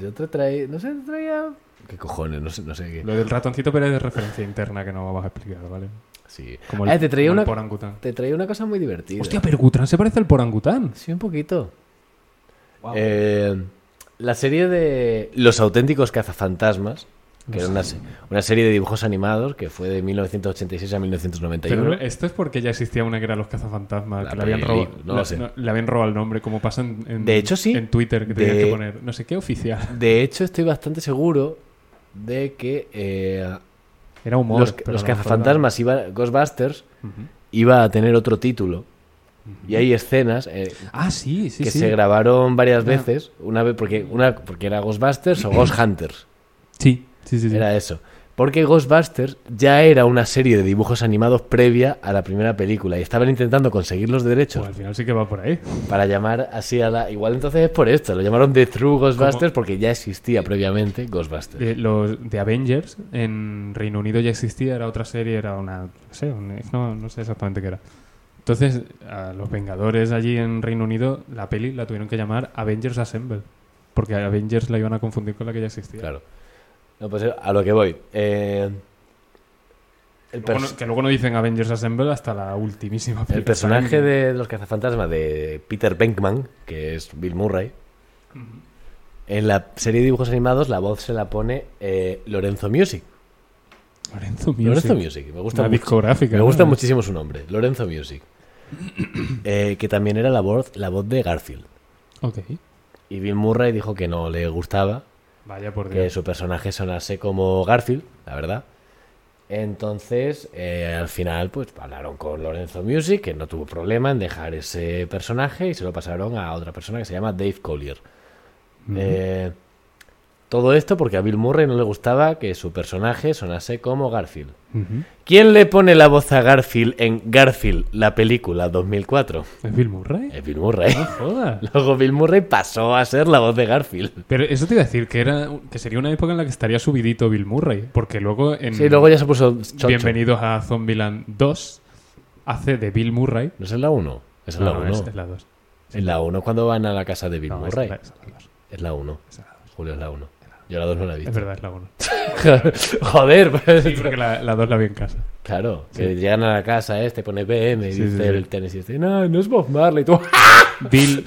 Speaker 1: Yo te traía. No sé, te traía. ¿Qué cojones? No sé, no sé qué.
Speaker 2: Lo del ratoncito Pérez es referencia interna que no vamos a explicar, ¿vale?
Speaker 1: Sí.
Speaker 2: Como
Speaker 1: Ah, te traía
Speaker 2: como el
Speaker 1: una.
Speaker 2: Porangután.
Speaker 1: Te traía una cosa muy divertida.
Speaker 2: Hostia, pero Gutran se parece al Porangután.
Speaker 1: Sí, un poquito. Eh, la serie de Los auténticos cazafantasmas, que era una, se- una serie de dibujos animados que fue de 1986 a 1991.
Speaker 2: Pero eh, esto es porque ya existía una que era los cazafantasmas,
Speaker 1: La
Speaker 2: que le habían,
Speaker 1: peli-
Speaker 2: roba-
Speaker 1: no
Speaker 2: la-
Speaker 1: lo sé.
Speaker 2: no, le habían robado el nombre, como pasa en, en-
Speaker 1: De hecho, sí.
Speaker 2: en Twitter, que tenías
Speaker 1: De-
Speaker 2: que poner no sé qué oficial.
Speaker 1: De hecho, estoy bastante seguro de que eh,
Speaker 2: Era humor.
Speaker 1: los,
Speaker 2: pero
Speaker 1: los
Speaker 2: a lo mejor
Speaker 1: cazafantasmas, iba, Ghostbusters,
Speaker 2: era- Ujú.
Speaker 1: iba a tener otro título. Y hay escenas eh,
Speaker 2: Ah, sí, sí,
Speaker 1: que
Speaker 2: sí.
Speaker 1: se grabaron varias
Speaker 2: Ah.
Speaker 1: veces, una vez porque, una, porque era Ghostbusters o Ghost Hunters.
Speaker 2: sí, sí, sí, sí.
Speaker 1: Era eso. Porque Ghostbusters ya era una serie de dibujos animados previa a la primera película y estaban intentando conseguir los derechos
Speaker 2: Pues al final sí que va por ahí.
Speaker 1: para llamar así a la... Igual entonces es por esto, lo llamaron The True Ghostbusters porque ya existía previamente Ghostbusters.
Speaker 2: De, Eh, los de Avengers en Reino Unido ya existía, era otra serie, era una. No sé, un- no, no sé exactamente qué era. Entonces, a los Vengadores allí en Reino Unido, la peli la tuvieron que llamar Avengers Assemble. Porque a Avengers la iban a confundir con la que ya existía.
Speaker 1: Claro. No, pues a lo que voy. Eh, el,
Speaker 2: Luego
Speaker 1: pers-
Speaker 2: no- que luego no dicen Avengers Assemble hasta la ultimísima
Speaker 1: el
Speaker 2: película.
Speaker 1: personaje de los cazafantasmas de Peter Venkman, que es Bill Murray, en la serie de dibujos animados la voz se la pone eh, Lorenzo Music.
Speaker 2: Lorenzo Music.
Speaker 1: Lorenzo Music, me gusta
Speaker 2: Una
Speaker 1: mucho.
Speaker 2: discográfica.
Speaker 1: Me
Speaker 2: ¿no?
Speaker 1: gusta muchísimo su nombre, Lorenzo Music. Eh, que también era la voz, la voz de Garfield.
Speaker 2: Ok.
Speaker 1: Y Bill Murray dijo que no le gustaba
Speaker 2: Vaya por
Speaker 1: que
Speaker 2: Dios.
Speaker 1: su personaje sonase como Garfield, la verdad. Entonces, eh, al final, pues hablaron con Lorenzo Music, que no tuvo problema en dejar ese personaje y se lo pasaron a otra persona que se llama Dave Collier. Eh, todo esto porque a Bill Murray no le gustaba que su personaje sonase como Garfield.
Speaker 2: Ujú.
Speaker 1: ¿Quién le pone la voz a Garfield en Garfield, la película 2004?
Speaker 2: ¿Es Bill Murray?
Speaker 1: Es Bill Murray.
Speaker 2: No jodas.
Speaker 1: Luego Bill Murray pasó a ser la voz de Garfield.
Speaker 2: Pero eso te iba a decir que era que sería una época en la que estaría subidito Bill Murray, porque luego en
Speaker 1: Sí, luego ya se puso chocho.
Speaker 2: Bienvenidos a Zombieland 2 hace de Bill Murray.
Speaker 1: ¿No es en la 1? Es en
Speaker 2: No,
Speaker 1: la
Speaker 2: no,
Speaker 1: 1.
Speaker 2: es, es la 2.
Speaker 1: En la 1 cuando van a la casa de Ah, Bill
Speaker 2: No, es
Speaker 1: Murray.
Speaker 2: la- es la 2,
Speaker 1: Es la 1.
Speaker 2: es la 2.
Speaker 1: Julio es la 1. Yo la 2 no la vi.
Speaker 2: Es verdad, es la 1.
Speaker 1: Joder, pues-
Speaker 2: Sí, porque la, la 2 la vi en casa.
Speaker 1: claro, que llegan a la casa este, pone BM y
Speaker 2: Sí,
Speaker 1: dice
Speaker 2: sí, sí.
Speaker 1: el tenis y dice, no, no es Bob Marley. Y tú,
Speaker 2: Bill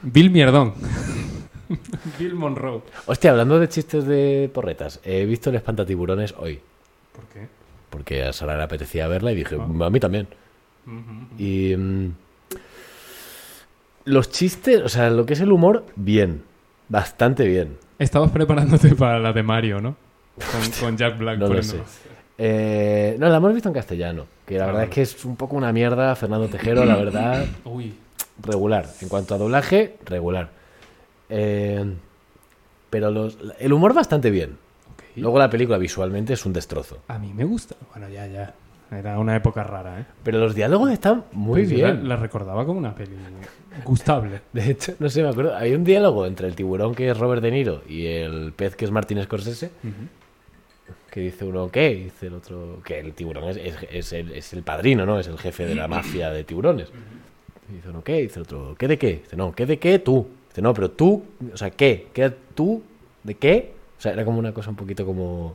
Speaker 2: Bill Mierdón. Bill Monroe.
Speaker 1: Hostia, hablando de chistes de porretas, he visto el espantatiburones hoy.
Speaker 2: ¿Por qué?
Speaker 1: porque a Sara le apetecía verla y dije,
Speaker 2: Ah.
Speaker 1: a mí también. Y mm, los chistes, o sea, lo que es el humor, bien, bastante bien.
Speaker 2: Estabas preparándote para la de Mario, ¿no? Con, con Jack Black
Speaker 1: No lo sé.
Speaker 2: poniéndolo.
Speaker 1: Eh, no, la hemos visto en castellano, que la
Speaker 2: Ah,
Speaker 1: verdad es
Speaker 2: vale.
Speaker 1: que es un poco una mierda, Fernando Tejero, la verdad,
Speaker 2: Uy.
Speaker 1: regular. En cuanto a doblaje, regular. Eh, pero los- el humor bastante bien.
Speaker 2: ok.
Speaker 1: Luego la película visualmente es un destrozo.
Speaker 2: A mí me gusta. Bueno, ya, ya. Era una época rara, ¿eh?
Speaker 1: Pero los diálogos están muy
Speaker 2: Pues yo
Speaker 1: bien.
Speaker 2: La, la recordaba como una peli gustable.
Speaker 1: De hecho, no sé, me acuerdo. Había un diálogo entre el tiburón que es Robert De Niro y el pez que es Martin Scorsese. Que dice uno, ¿qué? Y dice el otro, que el tiburón es, es- es el, es el padrino, ¿no? Es el jefe de la mafia de tiburones. Y dice uno, ¿qué? Y dice el otro, ¿qué de qué? Dice, no, ¿qué de qué? Tú. Dice, no, pero tú, o sea, ¿qué? ¿Qué tú? ¿De qué? O sea, era como una cosa un poquito como...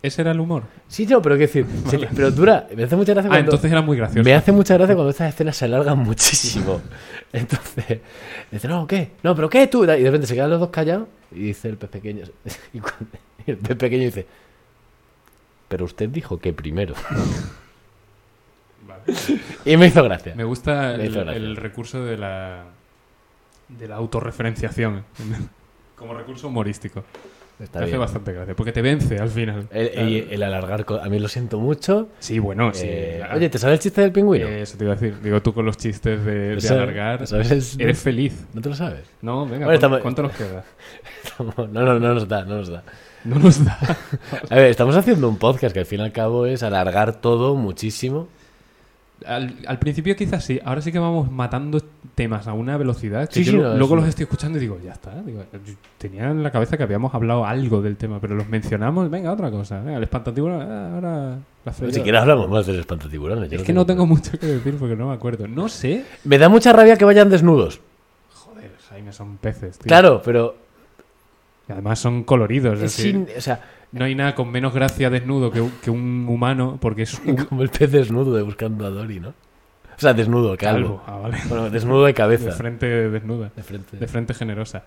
Speaker 2: Ese era el humor.
Speaker 1: Sí, no, pero qué decir, se- pero dura, me hace mucha gracia
Speaker 2: Ah,
Speaker 1: Ah, cuando-
Speaker 2: entonces era muy gracioso.
Speaker 1: me hace mucha gracia cuando estas escenas se alargan muchísimo. Entonces, dice, no, ¿qué? No, pero ¿qué tú? Y de repente se quedan los dos callados y dice el pez pequeño. Y cuando- y el pez pequeño dice, pero usted dijo que primero.
Speaker 2: Vale.
Speaker 1: Y me hizo gracia.
Speaker 2: Me gusta
Speaker 1: Me
Speaker 2: el,
Speaker 1: hizo gracia.
Speaker 2: el recurso de la de la autorreferenciación como recurso humorístico.
Speaker 1: Está
Speaker 2: Me hace
Speaker 1: bien.
Speaker 2: bastante gracia porque te vence al final.
Speaker 1: El, y el alargar, co- a mí lo siento mucho.
Speaker 2: Sí, bueno, sí.
Speaker 1: Eh,
Speaker 2: Ah,
Speaker 1: oye, ¿te sabes el chiste del pingüino?
Speaker 2: eh, eso te iba a decir. Digo tú con los chistes de, de
Speaker 1: Eso-
Speaker 2: alargar.
Speaker 1: eso es-
Speaker 2: Eres feliz.
Speaker 1: ¿No te lo sabes?
Speaker 2: No,
Speaker 1: Bueno,
Speaker 2: venga, ¿cuánto,
Speaker 1: estamos-
Speaker 2: cuánto nos queda?
Speaker 1: No, no, no nos da, no nos da.
Speaker 2: No nos da.
Speaker 1: A ver, estamos haciendo un podcast que al fin y al cabo es alargar todo muchísimo.
Speaker 2: Al, al principio quizás sí, ahora sí que vamos matando temas a una velocidad. Que
Speaker 1: Sí,
Speaker 2: yo
Speaker 1: sí,
Speaker 2: lo-
Speaker 1: no, es
Speaker 2: luego
Speaker 1: una-
Speaker 2: los estoy escuchando y digo, ya está. Digo, yo tenía en la cabeza que habíamos hablado algo del tema, pero los mencionamos, venga, otra cosa. Venga, el espantatíbulo, ah, ahora la
Speaker 1: Ni
Speaker 2: florida.
Speaker 1: siquiera hablamos más del espantatíbulo
Speaker 2: Es que no tengo mucho que decir porque no me acuerdo. No sé.
Speaker 1: Me da mucha rabia que vayan desnudos.
Speaker 2: Joder, Jaime, son peces, tío.
Speaker 1: Claro, pero
Speaker 2: Y además son coloridos. Es
Speaker 1: es
Speaker 2: decir,
Speaker 1: sin- o sea,
Speaker 2: No hay nada con menos gracia desnudo que, que un humano porque es un
Speaker 1: como el pez desnudo de buscando a Dory, ¿no? O sea, desnudo, calvo.
Speaker 2: calvo. Ah, vale.
Speaker 1: Bueno, desnudo de
Speaker 2: De
Speaker 1: cabeza.
Speaker 2: frente desnuda.
Speaker 1: De frente.
Speaker 2: de frente generosa.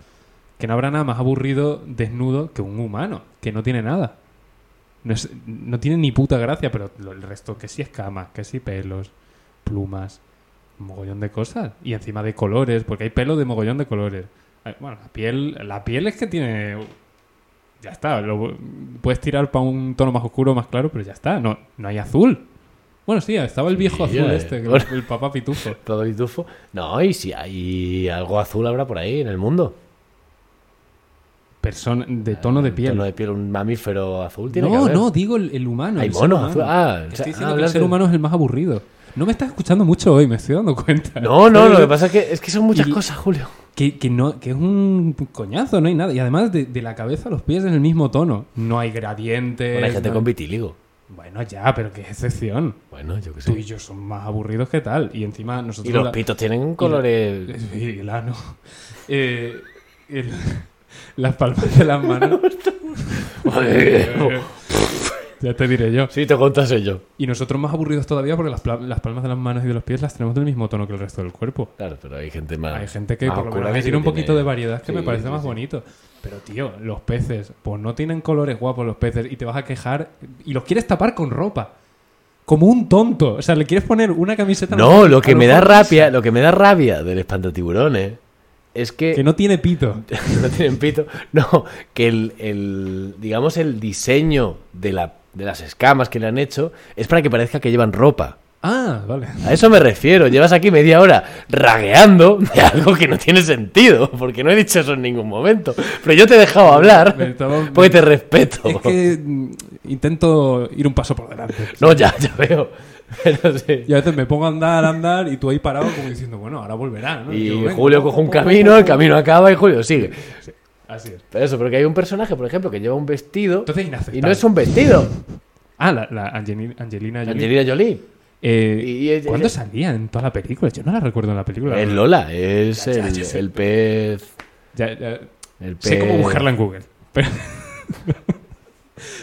Speaker 2: Que no habrá nada más aburrido desnudo que un humano, que no tiene nada. No, es- no tiene ni puta gracia, pero lo- el resto, que sí escamas, que sí pelos, plumas, un mogollón de cosas. Y encima de colores, porque hay pelo de mogollón de colores. Ay, Bueno, la piel, la piel es que tiene... Ya está, lo- puedes tirar para un tono más oscuro, más claro, pero ya está, no, no hay azul. Bueno, sí, estaba el viejo
Speaker 1: Sí,
Speaker 2: azul
Speaker 1: eh.
Speaker 2: este, que-
Speaker 1: Bueno.
Speaker 2: el papá pitufo.
Speaker 1: Todo y tufo. No, y si hay algo azul habrá por ahí en el mundo.
Speaker 2: Persona, de tono de piel.
Speaker 1: Ah, Tono de piel, un mamífero azul tiene que
Speaker 2: No,
Speaker 1: haber.
Speaker 2: no, digo el, el humano.
Speaker 1: Hay
Speaker 2: el ser
Speaker 1: monos
Speaker 2: humano.
Speaker 1: azules. Ah, o
Speaker 2: Te
Speaker 1: sea,
Speaker 2: estoy
Speaker 1: ah,
Speaker 2: diciendo que el
Speaker 1: hablas
Speaker 2: ser
Speaker 1: de-
Speaker 2: humano es el más aburrido. No me estás escuchando mucho hoy, me estoy dando cuenta.
Speaker 1: No, no,
Speaker 2: Estoy-
Speaker 1: lo que pasa es que, es que son muchas
Speaker 2: Y- eh,
Speaker 1: cosas, Julio.
Speaker 2: Que, que no, que es un coñazo, no hay nada. Y además, de, de la cabeza a los pies en el mismo tono. No hay gradientes.
Speaker 1: Bueno, hay gente
Speaker 2: no
Speaker 1: con
Speaker 2: hay-
Speaker 1: vitíligo.
Speaker 2: Bueno, ya, pero qué excepción.
Speaker 1: Bueno, yo qué sé.
Speaker 2: Tú y yo son más aburridos que tal. Y encima nosotros...
Speaker 1: Y los
Speaker 2: la-
Speaker 1: pitos tienen colores.
Speaker 2: Sí, el ano. Eh, el- Las palmas de las manos. ya te diré yo.
Speaker 1: sí, te contase yo.
Speaker 2: Y nosotros más aburridos todavía porque las, pla- las palmas de las manos y de los pies las tenemos del mismo tono que el resto del cuerpo.
Speaker 1: Claro, pero hay gente más.
Speaker 2: Hay gente que
Speaker 1: más
Speaker 2: por lo
Speaker 1: oscura
Speaker 2: menos
Speaker 1: sí
Speaker 2: tiene un
Speaker 1: que
Speaker 2: poquito de variedad
Speaker 1: Sí,
Speaker 2: que me parece
Speaker 1: sí,
Speaker 2: más
Speaker 1: sí.
Speaker 2: bonito. Pero tío, los peces, pues no tienen colores guapos los peces y te vas a quejar y los quieres tapar con ropa. Como un tonto. O sea, le quieres poner una camiseta.
Speaker 1: No, lo que
Speaker 2: a
Speaker 1: me da
Speaker 2: mejor
Speaker 1: rabia, lo que me da rabia del espantatiburones es que,
Speaker 2: Que no tiene pito.
Speaker 1: no tienen pito. No, que el, el- digamos el diseño de la de las escamas que le han hecho es para que parezca que llevan ropa.
Speaker 2: Ah, vale.
Speaker 1: A eso me refiero. Llevas aquí media hora ragueando de algo que no tiene sentido, porque no he dicho eso en ningún momento. Pero yo te he dejado hablar
Speaker 2: Me estaba-
Speaker 1: porque te respeto.
Speaker 2: Es que mm, intento ir un paso por delante.
Speaker 1: No, ya, ya veo. Pero sí.
Speaker 2: Y a veces me pongo a andar, a andar, y tú ahí parado como diciendo, bueno, ahora volverá, ¿no?
Speaker 1: Y
Speaker 2: yo, venga,
Speaker 1: Julio
Speaker 2: poco,
Speaker 1: coge un
Speaker 2: poco,
Speaker 1: camino,
Speaker 2: poco.
Speaker 1: el camino acaba y Julio sigue.
Speaker 2: Así es.
Speaker 1: Pero eso, porque hay un personaje, por ejemplo, que lleva un vestido
Speaker 2: Entonces
Speaker 1: y
Speaker 2: inaceptable.
Speaker 1: no es un vestido.
Speaker 2: Ah, la, la Angelina, Angelina Jolie.
Speaker 1: Angelina Jolie.
Speaker 2: Eh,
Speaker 1: Y ella-
Speaker 2: ¿Cuándo
Speaker 1: ella-
Speaker 2: salía en toda la película? Yo no la recuerdo en la película.
Speaker 1: Es Lola, es
Speaker 2: Ya, ya,
Speaker 1: el,
Speaker 2: ya sé.
Speaker 1: el pez.
Speaker 2: Ya- ya-
Speaker 1: El pez.
Speaker 2: Sé cómo buscarla en Google. Pero...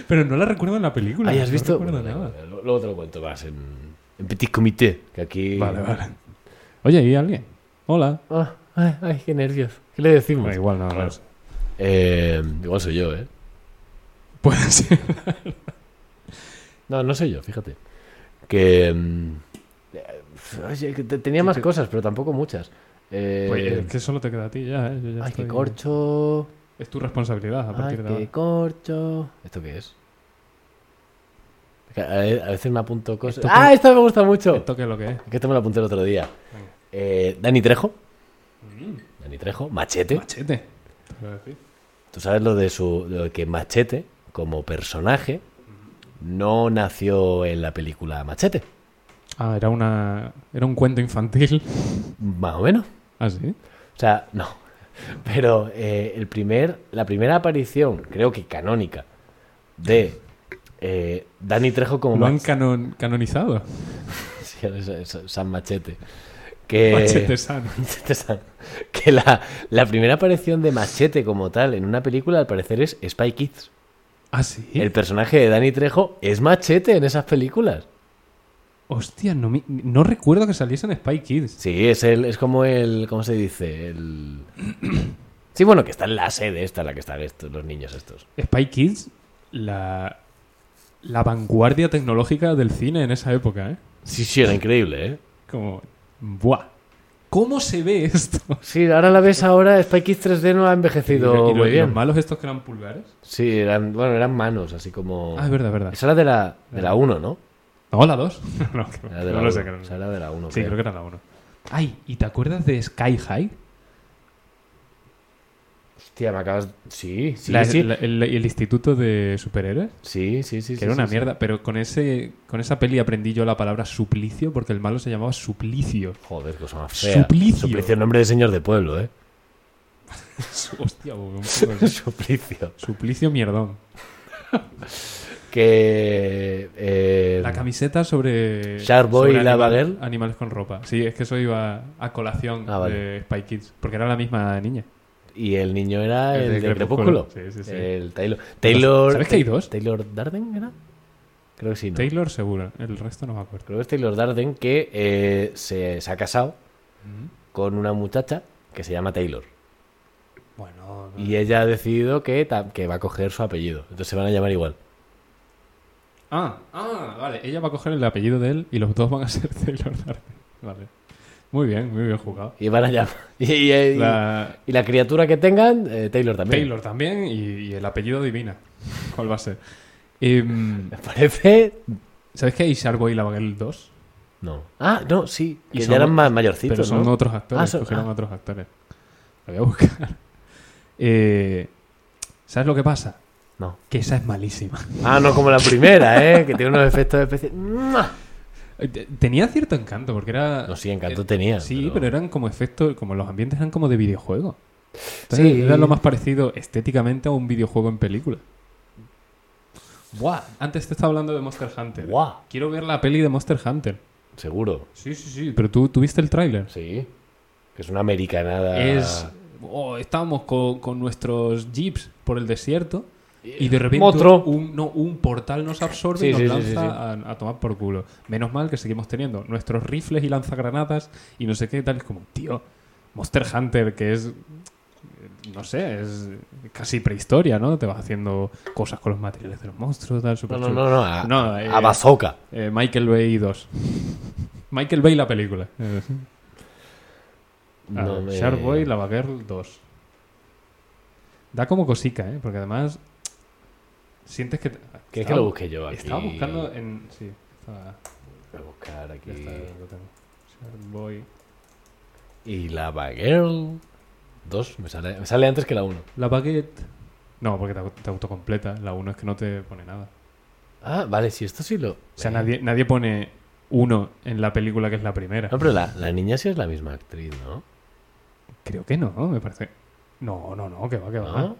Speaker 2: pero no la recuerdo en la película.
Speaker 1: Ay, ¿has
Speaker 2: no
Speaker 1: visto?
Speaker 2: recuerdo
Speaker 1: Bueno,
Speaker 2: nada.
Speaker 1: bueno, lo- Luego te lo cuento más en, en Petit Comité, que aquí.
Speaker 2: Vale, vale. Oye, ¿hay alguien? Hola.
Speaker 1: Ah, ay, ay, qué nervios. ¿Qué le decimos?
Speaker 2: Da igual, no, no lo sé.
Speaker 1: Eh, igual soy yo, ¿eh?
Speaker 2: Puede ser.
Speaker 1: No, no soy yo, fíjate. Que. mm, eh, oye, que te- tenía más cosas, pero tampoco muchas. Eh,
Speaker 2: Pues, eh, que solo te queda a ti ya, ¿eh? Yo ya
Speaker 1: ay,
Speaker 2: estoy-
Speaker 1: qué corcho.
Speaker 2: Es tu responsabilidad a
Speaker 1: Ay,
Speaker 2: partir de ahora.
Speaker 1: qué corcho. ¿Esto qué es? Es que A a veces me apunto cosas.
Speaker 2: Esto que-
Speaker 1: ¡Ah, esto me gusta mucho!
Speaker 2: Esto que es lo que es.
Speaker 1: Que esto me lo apunté el otro día.
Speaker 2: Venga.
Speaker 1: Eh, Dani Trejo.
Speaker 2: Mm.
Speaker 1: Dani Trejo, Machete.
Speaker 2: Machete. Te voy a decir.
Speaker 1: Tú sabes lo de su. lo de que Machete, como personaje, no nació en la película Machete.
Speaker 2: Ah, era una. Era un cuento infantil.
Speaker 1: Más o menos.
Speaker 2: ¿Ah, sí?
Speaker 1: O sea, no. Pero eh, el primer, la primera aparición, creo que canónica, de eh, Dani Trejo como
Speaker 2: Lo han
Speaker 1: Machete.
Speaker 2: canon- canonizado.
Speaker 1: Sí, es- es- San Machete. que...
Speaker 2: Machete San.
Speaker 1: Machete Sam. Que la, la primera aparición de Machete como tal en una película, al parecer, es Spy Kids.
Speaker 2: Ah, sí.
Speaker 1: El personaje de Danny Trejo es Machete en esas películas.
Speaker 2: Hostia, no, me- no recuerdo que saliese en Spy Kids.
Speaker 1: Sí, es el, es como el, ¿cómo se dice? El... Sí, bueno, que está en la sede esta, en la que están estos, los niños estos.
Speaker 2: Spy Kids, la, la vanguardia tecnológica del cine en esa época, ¿eh?
Speaker 1: Sí, sí, era increíble, ¿eh?
Speaker 2: Como, ¡buah! ¿Cómo se ve esto?
Speaker 1: Sí, ahora la ves ahora, Spy Kids 3D no ha
Speaker 2: Y
Speaker 1: envejecido
Speaker 2: lo- y lo-
Speaker 1: muy
Speaker 2: y
Speaker 1: bien.
Speaker 2: los malos estos que eran pulgares.
Speaker 1: Sí, eran, bueno, eran manos, así como...
Speaker 2: Ah, es verdad, es verdad.
Speaker 1: Esa era de la, de la 1, ¿no?
Speaker 2: No, la 2. no, que-
Speaker 1: Era de la
Speaker 2: no lo
Speaker 1: uno.
Speaker 2: sé. creo.
Speaker 1: Esa era de la 1.
Speaker 2: Sí, creo que era la 1. Ay, ¿y te acuerdas de Sky High?
Speaker 1: Hostia, me acabas... Sí, sí,
Speaker 2: La-
Speaker 1: sí.
Speaker 2: la- el, el instituto de superhéroes.
Speaker 1: Sí, sí, sí.
Speaker 2: Que
Speaker 1: sí,
Speaker 2: era
Speaker 1: sí,
Speaker 2: una
Speaker 1: sí.
Speaker 2: mierda, pero con ese con esa peli aprendí yo la palabra suplicio porque el malo se llamaba suplicio.
Speaker 1: Joder, cosa más fea.
Speaker 2: Suplicio.
Speaker 1: Suplicio, nombre de señor de pueblo, ¿eh?
Speaker 2: Hostia, bo- un poco de-
Speaker 1: Suplicio.
Speaker 2: Suplicio mierdón.
Speaker 1: Que... eh,
Speaker 2: La camiseta sobre.
Speaker 1: Shark Boy
Speaker 2: sobre
Speaker 1: y Lava
Speaker 2: animal-
Speaker 1: Girl.
Speaker 2: Animales con ropa. Sí, es que eso iba a colación
Speaker 1: Ah, vale.
Speaker 2: de Spy Kids. Porque era la misma niña.
Speaker 1: Y el niño era el, de Crepúsculo.
Speaker 2: Sí, sí, sí.
Speaker 1: El Taylor. Taylor
Speaker 2: ¿Sabes que hay dos?
Speaker 1: ¿Taylor Darden era? Creo que sí. ¿no?
Speaker 2: Taylor, seguro. El resto no me acuerdo.
Speaker 1: Creo que es Taylor Darden que eh, se, se ha casado con una muchacha que se llama Taylor.
Speaker 2: Bueno,
Speaker 1: Y ella ha decidido que, ta- que va a coger su apellido. Entonces se van a llamar igual.
Speaker 2: Ah, ah, vale. Ella va a coger el apellido de él y los dos van a ser Taylor Darden. Vale. Muy bien, muy bien jugado.
Speaker 1: Y van a llamar. Y, y- y-
Speaker 2: La
Speaker 1: y la criatura que tengan, eh, Taylor también.
Speaker 2: Taylor también y, y el apellido Divina. ¿Cuál va a ser? Em,
Speaker 1: Me parece.
Speaker 2: ¿Sabes que hay Sharkboy y Lavagirl 2?
Speaker 1: No. Ah, no, sí.
Speaker 2: Y
Speaker 1: Que
Speaker 2: son-
Speaker 1: ya eran más mayorcitos.
Speaker 2: Pero son
Speaker 1: ¿no?
Speaker 2: otros actores.
Speaker 1: Ah, son-
Speaker 2: cogieron
Speaker 1: ah.
Speaker 2: otros actores. Lo voy a buscar. Eh, ¿Sabes lo que pasa?
Speaker 1: No.
Speaker 2: Que esa es malísima.
Speaker 1: Ah, no como la primera, ¿eh? que tiene unos efectos especiales. ¡Mua!
Speaker 2: Eh, te- Tenía cierto encanto porque era.
Speaker 1: No, sí, encanto tenía.
Speaker 2: Eh, Sí, pero... eran como efectos, como los ambientes eran como de videojuego. Entonces
Speaker 1: Sí.
Speaker 2: era lo más parecido estéticamente a un videojuego en película.
Speaker 1: Buah,
Speaker 2: Antes te estaba hablando de Monster Hunter.
Speaker 1: Buah.
Speaker 2: Quiero ver la peli de Monster Hunter.
Speaker 1: Seguro.
Speaker 2: Sí, sí, sí. Pero tú, ¿tú viste el tráiler.
Speaker 1: Sí. Que es una americanada.
Speaker 2: Es...
Speaker 1: Ah.
Speaker 2: oh, estábamos co- con, nuestros jeeps por el desierto y de repente
Speaker 1: Eh, Motro.
Speaker 2: un, no, un portal nos absorbe y
Speaker 1: Sí,
Speaker 2: nos
Speaker 1: sí, sí,
Speaker 2: lanza
Speaker 1: sí,
Speaker 2: A, a tomar por culo. Menos mal que seguimos teniendo nuestros rifles y lanzagranadas y no sé qué tal. Es como, tío, Monster Hunter, que es... eh, No sé, es casi prehistoria, ¿no? Te vas haciendo cosas con los materiales de los monstruos, tal,
Speaker 1: No,
Speaker 2: super
Speaker 1: no, no, no. A,
Speaker 2: No, eh,
Speaker 1: a Bazooka.
Speaker 2: eh, Michael Bay 2. Michael Bay la película. Eh, Ah,
Speaker 1: No me-
Speaker 2: Sharkboy Lavagirl 2. Da como cosica, ¿eh? Porque además sientes que...
Speaker 1: ¿Quieres que
Speaker 2: Estaba-
Speaker 1: lo busque yo aquí?
Speaker 2: Estaba buscando en... Sí, estaba...
Speaker 1: Voy a buscar aquí.
Speaker 2: Ya está, lo tengo. Sharkboy...
Speaker 1: Y la Bagirl. Dos, me sale, me sale antes que la uno.
Speaker 2: La Baguette... No, porque te, au- te autocompleta. La 1 es que no te pone nada.
Speaker 1: Ah, vale, sí, esto sí lo.
Speaker 2: O sea, nadie, nadie pone 1 en la película que es la primera.
Speaker 1: No, pero la, la niña sí es la misma actriz, ¿no?
Speaker 2: Creo que no, me parece... No, no, no, que va, que va.
Speaker 1: ¿No?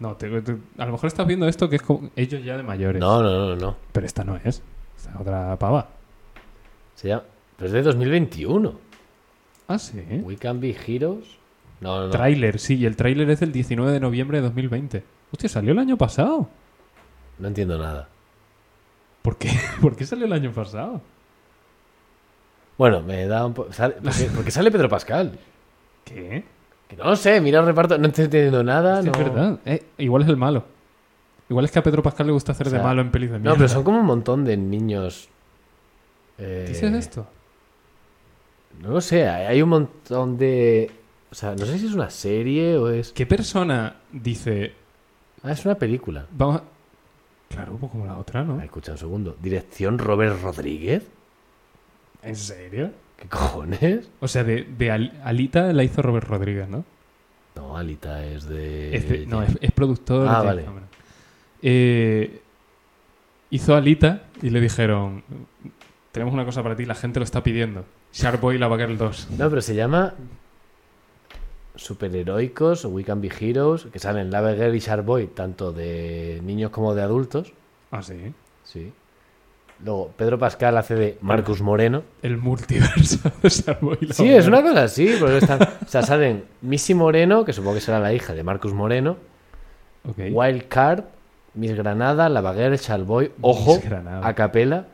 Speaker 2: No, te- te- a lo mejor estás viendo esto que es como ellos ya de mayores.
Speaker 1: No, no, no, no.
Speaker 2: Pero esta no es. Esta es otra pava.
Speaker 1: Se llama- Pero es de 2021.
Speaker 2: Ah, sí.
Speaker 1: We Can Be Heroes. No, no, no.
Speaker 2: Tráiler, sí, y el tráiler es del 19 de noviembre de 2020. Hostia, salió el año pasado.
Speaker 1: No entiendo nada.
Speaker 2: ¿Por qué? ¿Por qué salió el año pasado?
Speaker 1: Bueno, me da un poco. Porque, porque sale Pedro Pascal.
Speaker 2: ¿Qué?
Speaker 1: Que no lo sé, mira el reparto, no estoy entendiendo nada.
Speaker 2: Hostia,
Speaker 1: Ah, no.
Speaker 2: Es verdad. Eh, igual es el malo. Igual es que a Pedro Pascal le gusta hacer
Speaker 1: O sea,
Speaker 2: de malo en pelis de mierda.
Speaker 1: No, pero son como un montón de niños. eh,
Speaker 2: ¿Dices esto?
Speaker 1: No lo sé, hay hay un montón de. O sea, no sé si es una serie o es.
Speaker 2: ¿Qué persona dice...
Speaker 1: Ah, es una película.
Speaker 2: Vamos a... Claro, pues como la otra,
Speaker 1: Ah,
Speaker 2: ¿no?
Speaker 1: escucha un segundo. ¿Dirección Robert Rodríguez?
Speaker 2: ¿En serio?
Speaker 1: ¿Qué cojones?
Speaker 2: O sea, de, de Al- Alita la hizo Robert Rodríguez, ¿no?
Speaker 1: No, Alita es de.
Speaker 2: Es de- no, es, es productor.
Speaker 1: Ah,
Speaker 2: de-
Speaker 1: vale.
Speaker 2: no, bueno. Eh, hizo Alita y le dijeron: Tenemos una cosa para ti, la gente lo está pidiendo. Sharkboy y la Girl 2.
Speaker 1: No, pero se llama. Superheroicos o We Can Be Heroes, que salen Lava Girl y Shark Boy, tanto de niños como de adultos.
Speaker 2: Ah, sí.
Speaker 1: Sí. Luego, Pedro Pascal hace de Marcus Moreno.
Speaker 2: El multiverso de Sarboy y la
Speaker 1: Sí, es
Speaker 2: Hoguera.
Speaker 1: una cosa así. Porque están, o sea, salen Missy Moreno, que supongo que será la hija de Marcus Moreno,
Speaker 2: Ok.
Speaker 1: Wild Card, Miss Granada, La Baguette, Chalboy, Ojo,
Speaker 2: Miss Granada.
Speaker 1: A Capela,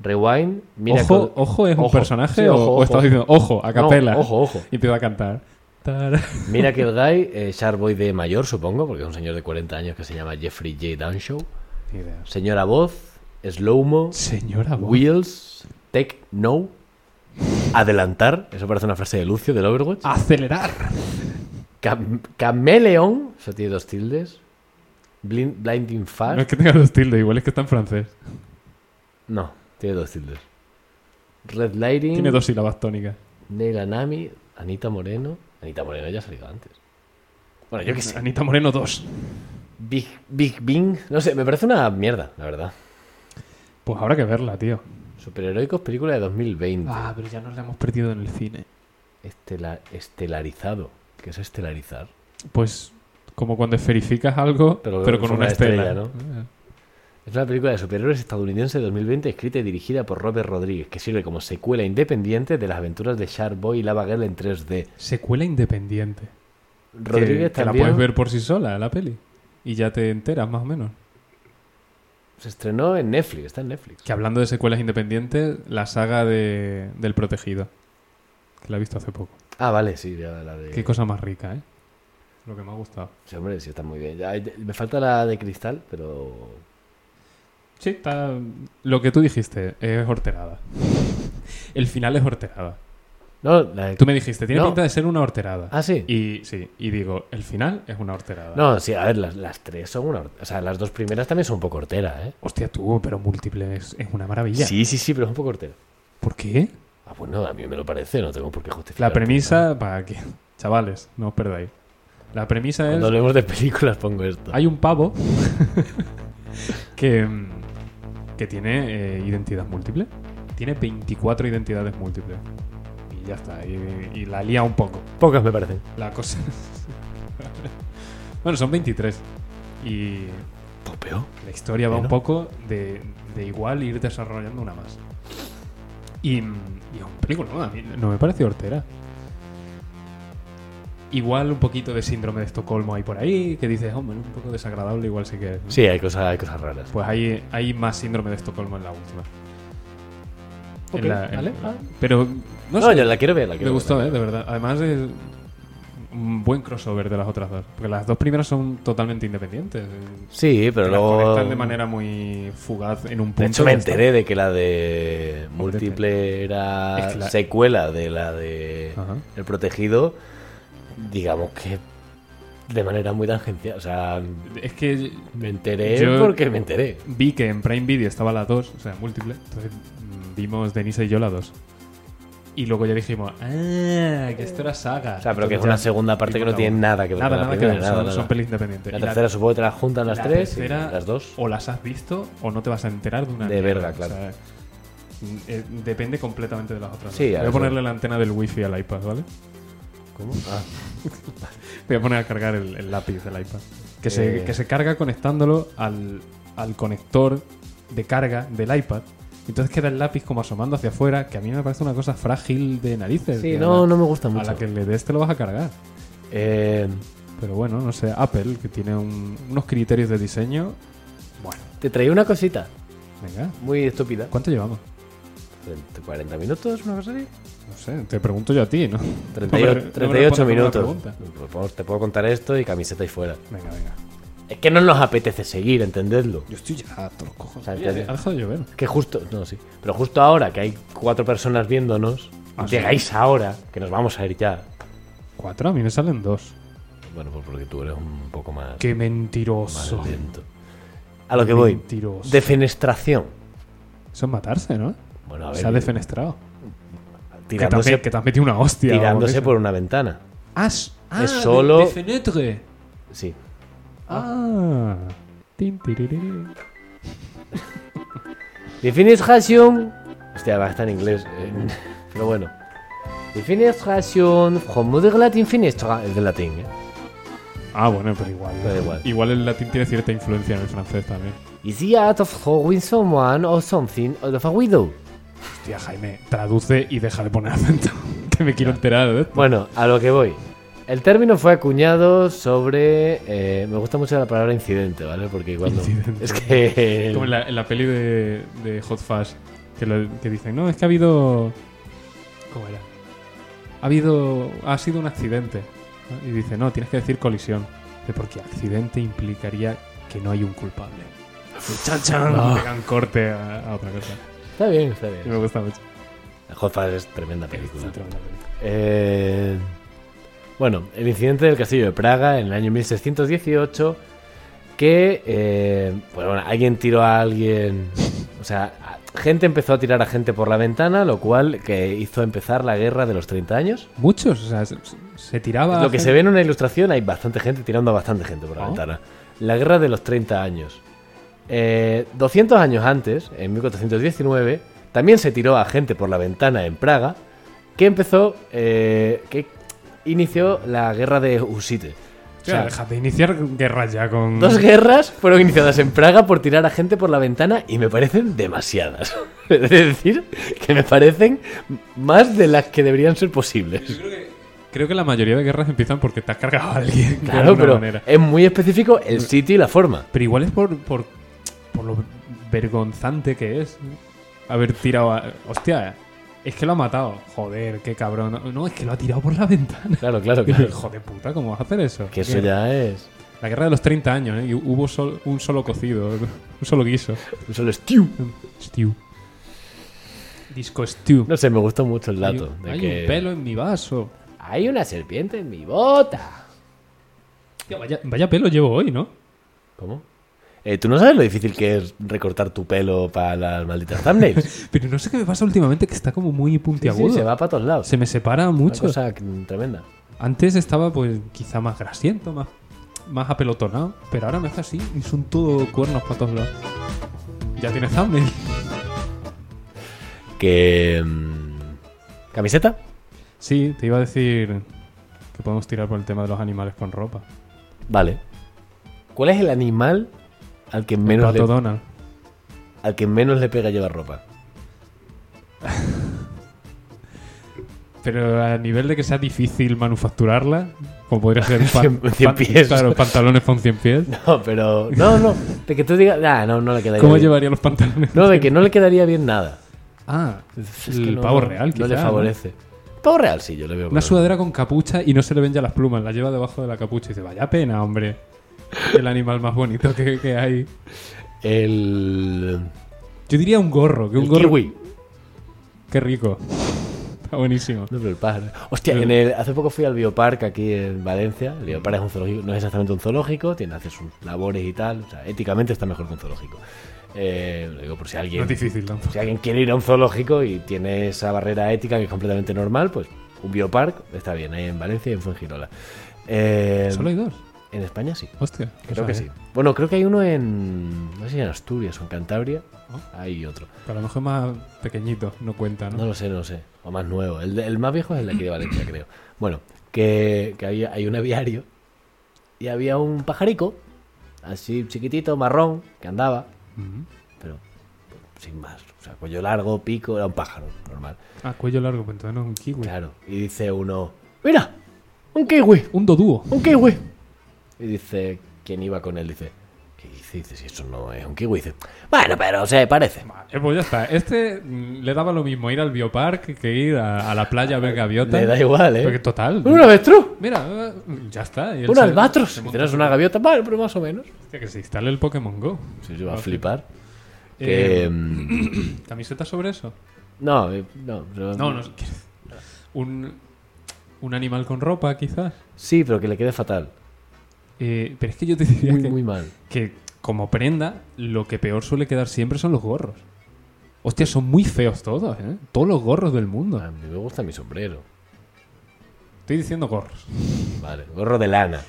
Speaker 1: Rewind, Miracle-
Speaker 2: Ojo, ojo es un
Speaker 1: Ojo.
Speaker 2: personaje
Speaker 1: Sí,
Speaker 2: o,
Speaker 1: ojo,
Speaker 2: o
Speaker 1: ojo.
Speaker 2: estabas diciendo ojo a capela.
Speaker 1: No, ojo, ojo.
Speaker 2: Y empieza a cantar. Tara.
Speaker 1: Mira que el guy, eh, Sharkboy de mayor, supongo, porque es un señor de 40 años que se llama Jeffrey J. Dunshow.
Speaker 2: Ni idea.
Speaker 1: Señora Voz, Slowmo,
Speaker 2: Señora Bo-
Speaker 1: Wheels, Tech No, Adelantar, eso parece una frase de Lucio del Overwatch.
Speaker 2: Ah. Acelerar.
Speaker 1: Cam- Cameleon, eso tiene dos tildes. Blin- Blinding
Speaker 2: No es
Speaker 1: Fast,
Speaker 2: que tenga los tildes, igual es que está en francés.
Speaker 1: no, tiene dos tildes. Red Lighting,
Speaker 2: Tiene dos sílabas tónicas.
Speaker 1: Neil Anami, Anita Moreno. Anita Moreno ya ha salido antes. Bueno, yo qué sé.
Speaker 2: Anita Moreno 2.
Speaker 1: Big, Big Bing, no sé, me parece una mierda, la verdad.
Speaker 2: Pues habrá que verla, tío.
Speaker 1: Superheroicos, película de 2020.
Speaker 2: Ah, pero ya nos la hemos perdido en el cine.
Speaker 1: Estela- estelarizado. ¿Qué es estelarizar?
Speaker 2: Pues como cuando esferificas algo,
Speaker 1: Pero
Speaker 2: pero,
Speaker 1: con
Speaker 2: con
Speaker 1: forma
Speaker 2: una
Speaker 1: de
Speaker 2: estela.
Speaker 1: estrella,
Speaker 2: Eh,
Speaker 1: Es una película de superhéroes estadounidense de 2020 escrita y dirigida por Robert Rodríguez, que sirve como secuela independiente de las aventuras de Shark Boy y Lava Girl en 3D.
Speaker 2: Secuela independiente.
Speaker 1: Rodríguez
Speaker 2: que, que la
Speaker 1: también
Speaker 2: puedes ver por sí sola, la peli. Y ya te enteras, más o menos.
Speaker 1: se estrenó en Netflix, está en Netflix.
Speaker 2: Que hablando de secuelas independientes, la saga de, del Protegido. Que la he visto hace poco.
Speaker 1: Ah, vale, sí, ya la de...
Speaker 2: Qué cosa más rica, ¿eh? Lo que me ha gustado.
Speaker 1: Sí, hombre, sí, está muy bien. Ya, ya- me falta la de Cristal, pero...
Speaker 2: Sí, está... Lo que tú dijiste es horterada. El final es horterada.
Speaker 1: No, la de...
Speaker 2: Tú me dijiste, tiene
Speaker 1: No.
Speaker 2: pinta de ser una horterada.
Speaker 1: Ah, sí.
Speaker 2: Y sí, y digo, el final es una horterada.
Speaker 1: No, sí, a ver, las, las tres son una... hor- O sea, las dos primeras también son un poco hortera, ¿eh?
Speaker 2: Hostia, tú, pero múltiple es, es una maravilla.
Speaker 1: Sí, sí, sí, pero es un poco hortera.
Speaker 2: ¿Por qué?
Speaker 1: Ah, pues no, a mí me lo parece, no tengo por qué justificar.
Speaker 2: La premisa, para que, chavales, no os perdáis. La premisa es
Speaker 1: Cuando hablemos de películas pongo esto.
Speaker 2: Hay un pavo que, mm, que tiene eh, identidad múltiple. Tiene 24 identidades múltiples. Y ya está. Y, y la lía un poco.
Speaker 1: pocas me parecen.
Speaker 2: La cosa. bueno, son 23. Y
Speaker 1: Popeo.
Speaker 2: la historia va
Speaker 1: Bueno.
Speaker 2: un poco de, de igual ir desarrollando una más. Y, mm, y es un película, ¿no? A mí no me parece hortera. Igual un poquito de síndrome de Estocolmo hay por ahí, que dices, hombre, un poco desagradable, igual sí que es. ¿no?
Speaker 1: Sí, hay cosas, hay cosas raras.
Speaker 2: Pues hay, hay más síndrome de Estocolmo en la última.
Speaker 1: Ok,
Speaker 2: En la- en-
Speaker 1: vale, ah.
Speaker 2: Pero no,
Speaker 1: No,
Speaker 2: sé,
Speaker 1: yo la quiero ver, la
Speaker 2: me
Speaker 1: quiero
Speaker 2: gustó,
Speaker 1: ver.
Speaker 2: ¿eh? De verdad. Además es un buen crossover de las otras dos. Porque las dos primeras son totalmente independientes. eh,
Speaker 1: Sí, pero
Speaker 2: Pero
Speaker 1: luego...
Speaker 2: conectan de manera muy fugaz en un punto.
Speaker 1: De hecho,
Speaker 2: y
Speaker 1: me
Speaker 2: ya está.
Speaker 1: enteré de que la de múltiple era
Speaker 2: Es que la-
Speaker 1: secuela de la de
Speaker 2: Ajá.
Speaker 1: El Protegido, digamos que de manera muy tangencial. O sea,
Speaker 2: Es que
Speaker 1: me enteré
Speaker 2: Yo-
Speaker 1: porque me enteré.
Speaker 2: vi que en Prime Video estaba la 2, o sea, múltiple. Entonces mm, vimos Denise y yo la 2. Y luego ya dijimos, ah, que esto era saga.
Speaker 1: O sea, pero que es
Speaker 2: Entonces
Speaker 1: una
Speaker 2: ya
Speaker 1: segunda parte que
Speaker 2: vimos
Speaker 1: no
Speaker 2: la
Speaker 1: tiene
Speaker 2: uno.
Speaker 1: nada que ver
Speaker 2: Nada,
Speaker 1: con la
Speaker 2: nada que
Speaker 1: primera,
Speaker 2: ver,
Speaker 1: nada,
Speaker 2: son,
Speaker 1: nada.
Speaker 2: son pelis independientes.
Speaker 1: La
Speaker 2: Y
Speaker 1: tercera supongo que te la juntan las
Speaker 2: la
Speaker 1: tres y
Speaker 2: tercera-
Speaker 1: las dos.
Speaker 2: o las has visto o no te vas a enterar de una.
Speaker 1: De
Speaker 2: mierda,
Speaker 1: verga, claro.
Speaker 2: o sea, mm, eh, depende completamente de las otras.
Speaker 1: Sí, a
Speaker 2: dos. Voy a
Speaker 1: eso.
Speaker 2: ponerle la antena del wifi al iPad, ¿vale?
Speaker 1: ¿Cómo? Ah,
Speaker 2: Voy a poner a cargar el, el lápiz del iPad. Que,
Speaker 1: Eh.
Speaker 2: se, que se carga conectándolo al, al conector de carga del iPad. Entonces queda el lápiz como asomando hacia afuera, que a mí me parece una cosa frágil de narices.
Speaker 1: sí,
Speaker 2: que a
Speaker 1: no,
Speaker 2: la-
Speaker 1: no me gusta
Speaker 2: A
Speaker 1: mucho.
Speaker 2: la que le des te lo vas a cargar.
Speaker 1: Eh,
Speaker 2: Pero bueno, no sé, Apple, que tiene un- unos criterios de diseño. Bueno,
Speaker 1: te traí una cosita
Speaker 2: venga.
Speaker 1: muy estúpida.
Speaker 2: ¿Cuánto llevamos?
Speaker 1: 40 minutos, una cosa así.
Speaker 2: No sé, te pregunto yo a ti, ¿no?
Speaker 1: 38,
Speaker 2: No me- no me
Speaker 1: 38
Speaker 2: respondas ninguna
Speaker 1: minutos.
Speaker 2: pregunta.
Speaker 1: Pues, vamos, te puedo contar esto y camiseta y fuera.
Speaker 2: Venga, venga.
Speaker 1: Es que no nos apetece seguir, entendedlo.
Speaker 2: Yo estoy ya a todos los cojones.
Speaker 1: Salte
Speaker 2: Oye,
Speaker 1: de-
Speaker 2: Ha dejado de llover.
Speaker 1: Que justo, no, sí. Pero justo ahora que hay cuatro personas viéndonos,
Speaker 2: Ah, sí.
Speaker 1: llegáis ahora, que nos vamos a ir ya.
Speaker 2: Cuatro, a mí me salen dos.
Speaker 1: Bueno, pues porque tú eres un poco más,
Speaker 2: Qué
Speaker 1: más
Speaker 2: mentiroso.
Speaker 1: lento. A lo que voy.
Speaker 2: Mentiroso.
Speaker 1: Defenestración.
Speaker 2: Eso es matarse, ¿no?
Speaker 1: Bueno, a
Speaker 2: Se ha
Speaker 1: ver, eh,
Speaker 2: defenestrado. Que te, has,
Speaker 1: tirándose,
Speaker 2: met- que te has metido una hostia. o
Speaker 1: tirándose
Speaker 2: algo
Speaker 1: por una ventana.
Speaker 2: de eso. Ah,
Speaker 1: es solo-
Speaker 2: De, de fenetre.
Speaker 1: Sí.
Speaker 2: Ah. Tin, tiririri.
Speaker 1: Defenestración. Hostia, va, está en inglés. eh, Pero bueno. Defenestración from Modern Latin Finestra. Es de latín, ¿eh?
Speaker 2: Ah, bueno, pero igual.
Speaker 1: Da igual.
Speaker 2: Igual el latín tiene cierta influencia en el francés también.
Speaker 1: Is he out of holding someone or something out of a widow?
Speaker 2: Hostia, Jaime, traduce y deja de poner acento. que me quiero enterar ¿eh? de esto.
Speaker 1: Bueno, a lo que voy. El término fue acuñado sobre. eh, me gusta mucho la palabra incidente, ¿vale? Porque cuando.
Speaker 2: Incidente.
Speaker 1: Es que.
Speaker 2: Como en la, en la peli de, de Hot Fuzz, que, lo- que dicen, no, es que ha habido... ¿Cómo era? Ha habido... Ha sido un accidente. Y dice, no, tienes que decir colisión. Dice, Porque accidente implicaría que no hay un culpable. Y Chan, chan,
Speaker 1: No.
Speaker 2: pegan corte a, a otra cosa.
Speaker 1: Está bien, está
Speaker 2: Y me
Speaker 1: bien.
Speaker 2: gusta mucho.
Speaker 1: Hot Fuzz es tremenda
Speaker 2: Es
Speaker 1: película.
Speaker 2: una tremenda película.
Speaker 1: Eh, bueno, el incidente del castillo de Praga en el año 1618, que eh, pues, bueno, alguien tiró a alguien, o sea, a- gente empezó a tirar a gente por la ventana, lo cual que hizo empezar la guerra de los 30 años.
Speaker 2: Muchos, o sea, se, se tiraba...
Speaker 1: Lo que se ve en una ilustración, hay bastante gente tirando a bastante gente por la
Speaker 2: Oh.
Speaker 1: ventana. La guerra de los 30 años. Eh, 200 años antes, en 1419, también se tiró a gente por la ventana en Praga, que empezó, eh, que inició la guerra de Husite. O sea,
Speaker 2: deja de iniciar guerras ya con...
Speaker 1: dos guerras fueron iniciadas en Praga por tirar a gente por la ventana y me parecen demasiadas. Es decir, que me parecen más de las que deberían ser posibles.
Speaker 2: Creo que la mayoría de guerras empiezan porque te has cargado a alguien. de
Speaker 1: Claro,
Speaker 2: alguna
Speaker 1: pero
Speaker 2: manera. Mm.
Speaker 1: es muy específico el sitio y la forma.
Speaker 2: Pero igual es por, por, por lo vergonzante que es ¿no? haber tirado a... Hostia, es que lo ha matado. Joder, qué cabrón. No, es que lo ha tirado por la ventana.
Speaker 1: Claro, claro, claro.
Speaker 2: Hijo de puta, ¿cómo vas a hacer eso?
Speaker 1: Que eso ya es
Speaker 2: La guerra de los 30 años, ¿eh? Y hubo sol- un solo cocido, un solo guiso.
Speaker 1: un solo stew.
Speaker 2: Stew. Disco stew.
Speaker 1: No sé, me gustó mucho el
Speaker 2: Hay-
Speaker 1: dato. de
Speaker 2: hay
Speaker 1: que-
Speaker 2: un pelo en mi vaso.
Speaker 1: Hay una serpiente en mi bota.
Speaker 2: Hostia, vaya, vaya pelo llevo hoy, ¿no?
Speaker 1: ¿Cómo? Eh, ¿Tú no sabes lo difícil que es recortar tu pelo para las malditas thumbnails?
Speaker 2: Pero no sé qué me pasa últimamente que está como muy
Speaker 1: Sí, sí,
Speaker 2: puntiagudo.
Speaker 1: se va para todos lados.
Speaker 2: Se me separa
Speaker 1: Una
Speaker 2: mucho.
Speaker 1: cosa mm, tremenda.
Speaker 2: Antes estaba pues quizá más grasiento, más, más apelotonado, pero ahora me hace así y son todo cuernos para todos lados. Ya tienes thumbnail.
Speaker 1: Que... mm, ¿Camiseta?
Speaker 2: Sí, te iba a decir que podemos tirar por el tema de los animales con ropa.
Speaker 1: Vale. ¿Cuál es el animal al que menos,
Speaker 2: Pato
Speaker 1: le,
Speaker 2: Donald.
Speaker 1: al que menos le pega llevar ropa?
Speaker 2: Pero a nivel de que sea difícil manufacturarla, como podría ser un pan-
Speaker 1: Cien- cien
Speaker 2: pan-
Speaker 1: pies.
Speaker 2: Claro, pantalones con 100 pies.
Speaker 1: No, pero... No, no. De que tú digas... Ah, no, no le quedaría
Speaker 2: ¿Cómo
Speaker 1: bien.
Speaker 2: llevaría los pantalones?
Speaker 1: No, de que no le quedaría bien nada.
Speaker 2: Ah,
Speaker 1: Es que
Speaker 2: el
Speaker 1: no-
Speaker 2: pavo real,
Speaker 1: No
Speaker 2: quizá,
Speaker 1: le favorece. Pavo real sí, yo le veo.
Speaker 2: Una
Speaker 1: con-
Speaker 2: sudadera con capucha y no se le ven ya las plumas, la lleva debajo de la capucha y dice, vaya pena, hombre. El animal más bonito que, que hay.
Speaker 1: El.
Speaker 2: Yo diría un gorro, que un
Speaker 1: el
Speaker 2: gorro...
Speaker 1: kiwi.
Speaker 2: Qué rico. Está buenísimo.
Speaker 1: No, pero el pájaro. Hostia,
Speaker 2: El-
Speaker 1: en el- hace poco fui al Biopark aquí en Valencia. El Biopark es un zoológico, no es exactamente un zoológico, tiene hace sus labores y tal. O sea, éticamente está mejor que un zoológico. Eh, lo digo por si
Speaker 2: No
Speaker 1: alguien.
Speaker 2: es difícil tampoco.
Speaker 1: Si alguien quiere ir a un zoológico y tiene esa barrera ética que es completamente normal, pues un biopark está bien, ahí en Valencia y en Fuengirola. Eh,
Speaker 2: Solo hay dos.
Speaker 1: En España sí.
Speaker 2: Hostia.
Speaker 1: Creo
Speaker 2: o sea, eh,
Speaker 1: que sí. Bueno, creo que hay uno en. No sé si en Asturias o en Cantabria. Hay otro.
Speaker 2: que A lo mejor es más pequeñito, no cuenta, ¿no?
Speaker 1: No lo sé, no lo sé. O más nuevo. El, de- el más viejo es el de aquí de Valencia, creo. Bueno, que, que había, hay un aviario y había un pajarico, así chiquitito, marrón, que andaba,
Speaker 2: Ujú.
Speaker 1: pero pues, sin más. O sea, cuello largo, pico, era un pájaro, normal.
Speaker 2: Ah, cuello largo, pues entonces no es un kiwi.
Speaker 1: Claro. Y dice uno: ¡Mira! ¡Un kiwi!
Speaker 2: Un dodúo.
Speaker 1: ¡Un kiwi! Y dice: ¿Quién iba con él? Dice: ¿Qué dice? Dice: Si eso no es un kiwi. Dice: Bueno, pero se parece.
Speaker 2: Vale, pues ya está. Este mm, le daba lo mismo ir al biopark que ir a, a la playa a ver gaviota.
Speaker 1: Le da igual, ¿eh?
Speaker 2: Porque total.
Speaker 1: ¡Un avestruz!
Speaker 2: Mira, eh, ya está. y él
Speaker 1: ¡Un
Speaker 2: se-
Speaker 1: albatros!
Speaker 2: se
Speaker 1: Si
Speaker 2: monta
Speaker 1: tienes
Speaker 2: su-
Speaker 1: una gaviota, vale, pero más o menos.
Speaker 2: Hostia, que se instale el Pokémon Go.
Speaker 1: Sí, se va a
Speaker 2: Ok.
Speaker 1: flipar.
Speaker 2: Eh,
Speaker 1: Que, mm,
Speaker 2: ¿Camiseta sobre eso?
Speaker 1: no, eh, no, pero-
Speaker 2: No, no. es que- Un, un animal con ropa, quizás.
Speaker 1: Sí, pero que le quede fatal.
Speaker 2: Eh, pero es que yo te diría
Speaker 1: Muy,
Speaker 2: que,
Speaker 1: muy mal.
Speaker 2: que como prenda, lo que peor suele quedar siempre son los gorros. Hostia, son muy feos todos, ¿eh? Todos los gorros del
Speaker 1: A
Speaker 2: mundo. ¿eh?
Speaker 1: mí me gusta mi sombrero.
Speaker 2: Estoy diciendo gorros.
Speaker 1: Vale, gorro de lana,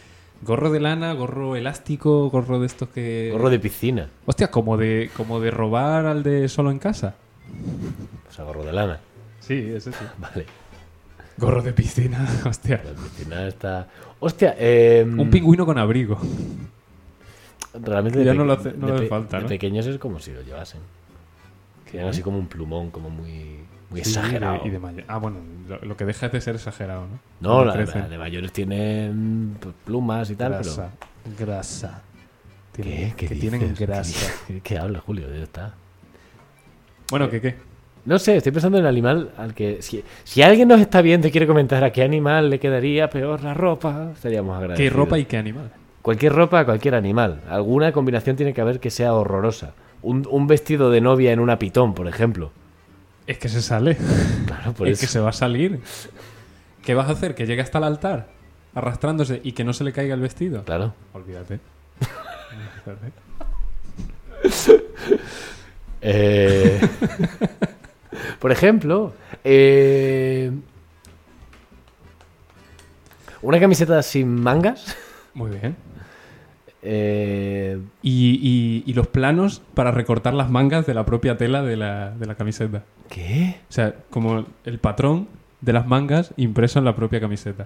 Speaker 2: Gorro de lana, gorro elástico, gorro de estos que...
Speaker 1: gorro de piscina.
Speaker 2: Hostia, como de, como de robar al de solo en casa.
Speaker 1: O sea, gorro de lana.
Speaker 2: Sí, ese sí.
Speaker 1: Vale,
Speaker 2: Gorro de piscina, hostia.
Speaker 1: la piscina está. Hostia, eh,
Speaker 2: Un pingüino con abrigo.
Speaker 1: realmente de
Speaker 2: Ya no
Speaker 1: pe-
Speaker 2: lo hace- no
Speaker 1: de
Speaker 2: le
Speaker 1: pe-
Speaker 2: falta,
Speaker 1: de
Speaker 2: ¿no?
Speaker 1: pequeños es como si lo llevasen. Tienen así como un plumón, como muy, muy
Speaker 2: Sí,
Speaker 1: exagerado.
Speaker 2: y de- y de mayo- Ah, bueno, lo, lo que deja es de ser exagerado, ¿no?
Speaker 1: No, la,
Speaker 2: Cuando
Speaker 1: la-
Speaker 2: crecen.
Speaker 1: la de mayores tienen pues, plumas y tal,
Speaker 2: grasa. Grasa.
Speaker 1: pero.
Speaker 2: Tienen-
Speaker 1: ¿Qué? ¿Qué
Speaker 2: que
Speaker 1: dices?
Speaker 2: tienen
Speaker 1: ¿Qué
Speaker 2: grasa.
Speaker 1: dices? ¿Qué, qué habla, Julio? Ya está.
Speaker 2: Bueno, ¿qué qué?
Speaker 1: No sé, estoy pensando en el animal al que. Si, si alguien nos está viendo y quiere comentar a qué animal le quedaría peor la ropa, estaríamos
Speaker 2: ¿Qué
Speaker 1: agradecidos.
Speaker 2: ropa y qué animal?
Speaker 1: Cualquier ropa a cualquier animal. Alguna combinación tiene que haber que sea horrorosa. Un, un vestido de novia en una pitón, por ejemplo.
Speaker 2: Es que se sale.
Speaker 1: Claro, por
Speaker 2: es
Speaker 1: eso.
Speaker 2: que se va a salir. ¿Qué vas a hacer? ¿Que llegue hasta el altar arrastrándose y que no se le caiga el vestido?
Speaker 1: Claro.
Speaker 2: Olvídate.
Speaker 1: Eh, por ejemplo, eh, una camiseta sin mangas.
Speaker 2: Muy bien.
Speaker 1: eh,
Speaker 2: Y, y- y los planos para recortar las mangas de la propia tela de la, de la camiseta.
Speaker 1: ¿Qué?
Speaker 2: O sea, como el patrón de las mangas impreso en la propia camiseta.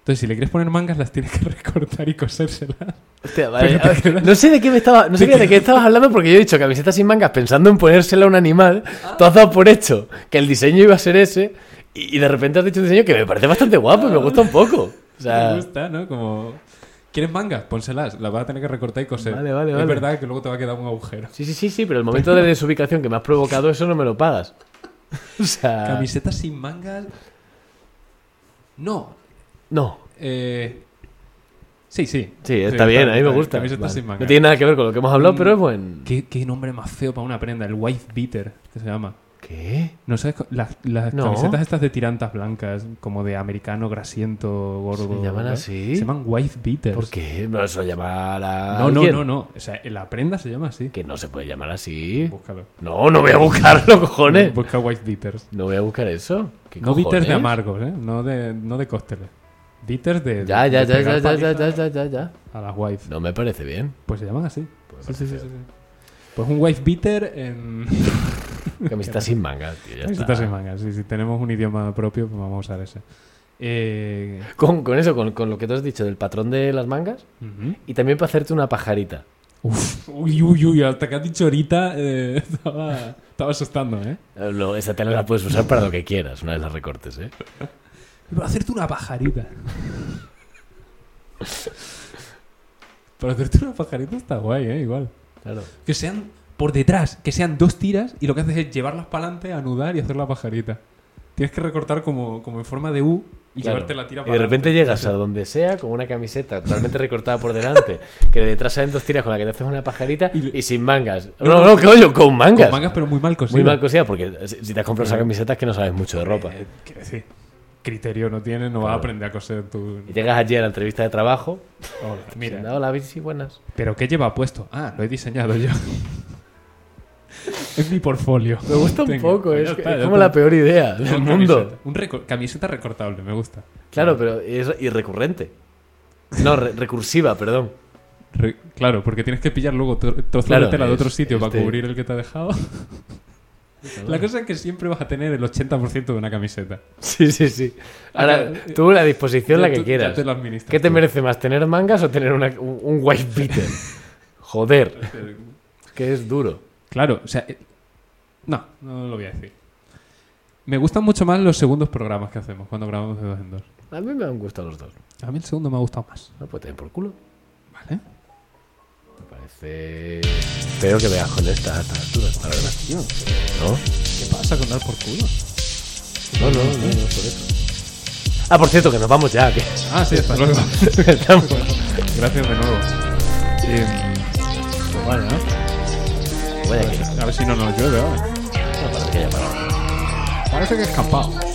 Speaker 2: Entonces, si le quieres poner mangas, las tienes que recortar y cosérselas.
Speaker 1: Hostia, vale,
Speaker 2: Pero te
Speaker 1: a ver,
Speaker 2: quedas-
Speaker 1: no sé de qué me estaba, no sabía de qué estabas hablando porque yo he dicho camiseta sin mangas pensando en ponérsela a un animal. Tú has dado por hecho que el diseño iba a ser ese y, y de repente has dicho un diseño que me parece bastante guapo y me gusta un poco. O sea,
Speaker 2: Me gusta, ¿no? Como... ¿Quieres mangas? Pónselas. Las vas a tener que recortar y coser.
Speaker 1: Vale, vale,
Speaker 2: es
Speaker 1: vale.
Speaker 2: verdad que luego te va a quedar un agujero.
Speaker 1: sí, sí, sí, sí, pero el momento de desubicación que me has provocado eso no me lo pagas. O sea,
Speaker 2: Camisetas sin mangas... No.
Speaker 1: no.
Speaker 2: Eh, Sí, sí.
Speaker 1: Sí, está bien, a mí me
Speaker 2: está
Speaker 1: gusta.
Speaker 2: Camisetas
Speaker 1: Vale.
Speaker 2: sin Mm. mangas.
Speaker 1: No tiene nada que ver con lo que hemos hablado, pero es buen.
Speaker 2: ¿Qué, qué nombre más feo para una prenda. El wife beater, que se llama.
Speaker 1: ¿Qué?
Speaker 2: ¿No sabes? co- Las, las
Speaker 1: No.
Speaker 2: camisetas estas de tirantas blancas, como de americano grasiento, gordo.
Speaker 1: ¿Se llaman
Speaker 2: ¿verdad?
Speaker 1: así?
Speaker 2: Se llaman wife beaters.
Speaker 1: ¿Por qué? No se llama la.
Speaker 2: No, no,
Speaker 1: alguien.
Speaker 2: no, no. O sea, la prenda se llama así.
Speaker 1: Que no se puede llamar así.
Speaker 2: Búscalo.
Speaker 1: No, no voy a buscarlo, cojones.
Speaker 2: Busca wife beaters.
Speaker 1: No voy a buscar eso. ¿Qué
Speaker 2: No
Speaker 1: cojones?
Speaker 2: bitters de amargos, ¿eh? No de, no de cócteles. Bitters de.
Speaker 1: Ya,
Speaker 2: de
Speaker 1: ya, ya, ya, ya,
Speaker 2: pegar
Speaker 1: ya, ya,
Speaker 2: paliza
Speaker 1: ya, ya, ya.
Speaker 2: A las wife.
Speaker 1: No me parece bien.
Speaker 2: Pues se llaman así.
Speaker 1: Pues
Speaker 2: Sí, sí, sí, sí, sí. Pues un wife beater en.
Speaker 1: Camiseta sin manga, tío. ya
Speaker 2: Camisetas
Speaker 1: está.
Speaker 2: sin mangas. Sí, si tenemos un idioma propio, pues vamos a usar ese. Eh,
Speaker 1: Con, con eso, con, con lo que tú has dicho del patrón de las mangas.
Speaker 2: ujú.
Speaker 1: Y también para hacerte una pajarita.
Speaker 2: Uf, uy, uy, uy, hasta que has dicho ahorita eh, estaba, estaba asustando, ¿eh?
Speaker 1: Eh, no, esa tela la puedes usar para lo que quieras, una vez la recortes, ¿eh?
Speaker 2: Para hacerte una pajarita. Para hacerte una pajarita está guay, ¿eh? Igual.
Speaker 1: Claro.
Speaker 2: Que sean por detrás, que sean dos tiras y lo que haces es llevarlas para adelante, anudar y hacer la pajarita. Tienes que recortar como, como en forma de U y
Speaker 1: Claro.
Speaker 2: llevarte la tira
Speaker 1: Y
Speaker 2: para
Speaker 1: de repente
Speaker 2: adelante.
Speaker 1: llegas a donde sea con una camiseta totalmente recortada por delante, que de detrás salen dos tiras con la que te haces una pajarita
Speaker 2: Y le-
Speaker 1: y sin mangas. No, no, que oye, con mangas.
Speaker 2: Con mangas, pero muy mal cosidas.
Speaker 1: Muy mal cosida, porque si si te has comprado esa camiseta es que no sabes mucho de ropa.
Speaker 2: Eh, quiero decir, criterio no tienes, no vas a
Speaker 1: Claro.
Speaker 2: aprender a coser tu.
Speaker 1: Y llegas allí a la entrevista de trabajo.
Speaker 2: Hola,
Speaker 1: Mira.
Speaker 2: mira.
Speaker 1: Hola, bici, buenas.
Speaker 2: ¿Pero qué lleva puesto? Ah, lo he diseñado yo. es mi portfolio.
Speaker 1: Me gusta un
Speaker 2: Tengo.
Speaker 1: poco,
Speaker 2: Ya
Speaker 1: es, que-
Speaker 2: está,
Speaker 1: es
Speaker 2: ya
Speaker 1: como
Speaker 2: está.
Speaker 1: la peor idea
Speaker 2: Una
Speaker 1: del
Speaker 2: camiseta.
Speaker 1: mundo.
Speaker 2: Un reco- camiseta recortable, me gusta.
Speaker 1: Claro, pero es y recurrente. No, re- recursiva, perdón.
Speaker 2: Re- claro, porque tienes que pillar luego tro- trozos
Speaker 1: Claro,
Speaker 2: de tela de
Speaker 1: es-
Speaker 2: otro sitio para
Speaker 1: este-
Speaker 2: cubrir el que te ha dejado. la cosa es que siempre vas a tener el 80% de una camiseta.
Speaker 1: Sí, sí, sí. Ahora,
Speaker 2: Acá-
Speaker 1: tú la disposición la
Speaker 2: Ya tú-
Speaker 1: que
Speaker 2: ya
Speaker 1: quieras.
Speaker 2: te lo administras
Speaker 1: ¿Qué te
Speaker 2: tú.
Speaker 1: merece más, tener mangas o tener una- un, un white beater? Joder, que es duro.
Speaker 2: Claro, o sea. eh, No, no lo voy a decir. Me gustan mucho más los segundos programas que hacemos cuando grabamos de dos en dos.
Speaker 1: A mí me han gustado los dos.
Speaker 2: A mí el segundo me ha gustado más.
Speaker 1: No, pues te den por culo.
Speaker 2: ¿Vale?
Speaker 1: Me parece. Espero que veas con esta a estas alturas, la verdad. ¿No?
Speaker 2: ¿Qué pasa con dar por culo?
Speaker 1: No, no, no, no, por eso. Ah, por cierto, que nos vamos ya. Que
Speaker 2: Ah, sí, hasta luego.
Speaker 1: estamos-
Speaker 2: Gracias de nuevo. Eh, pues vale, ¿no?
Speaker 1: Vaya que-
Speaker 2: A ver si no nos llueve ahora.
Speaker 1: no, para que haya parado.
Speaker 2: Parece que he escapado.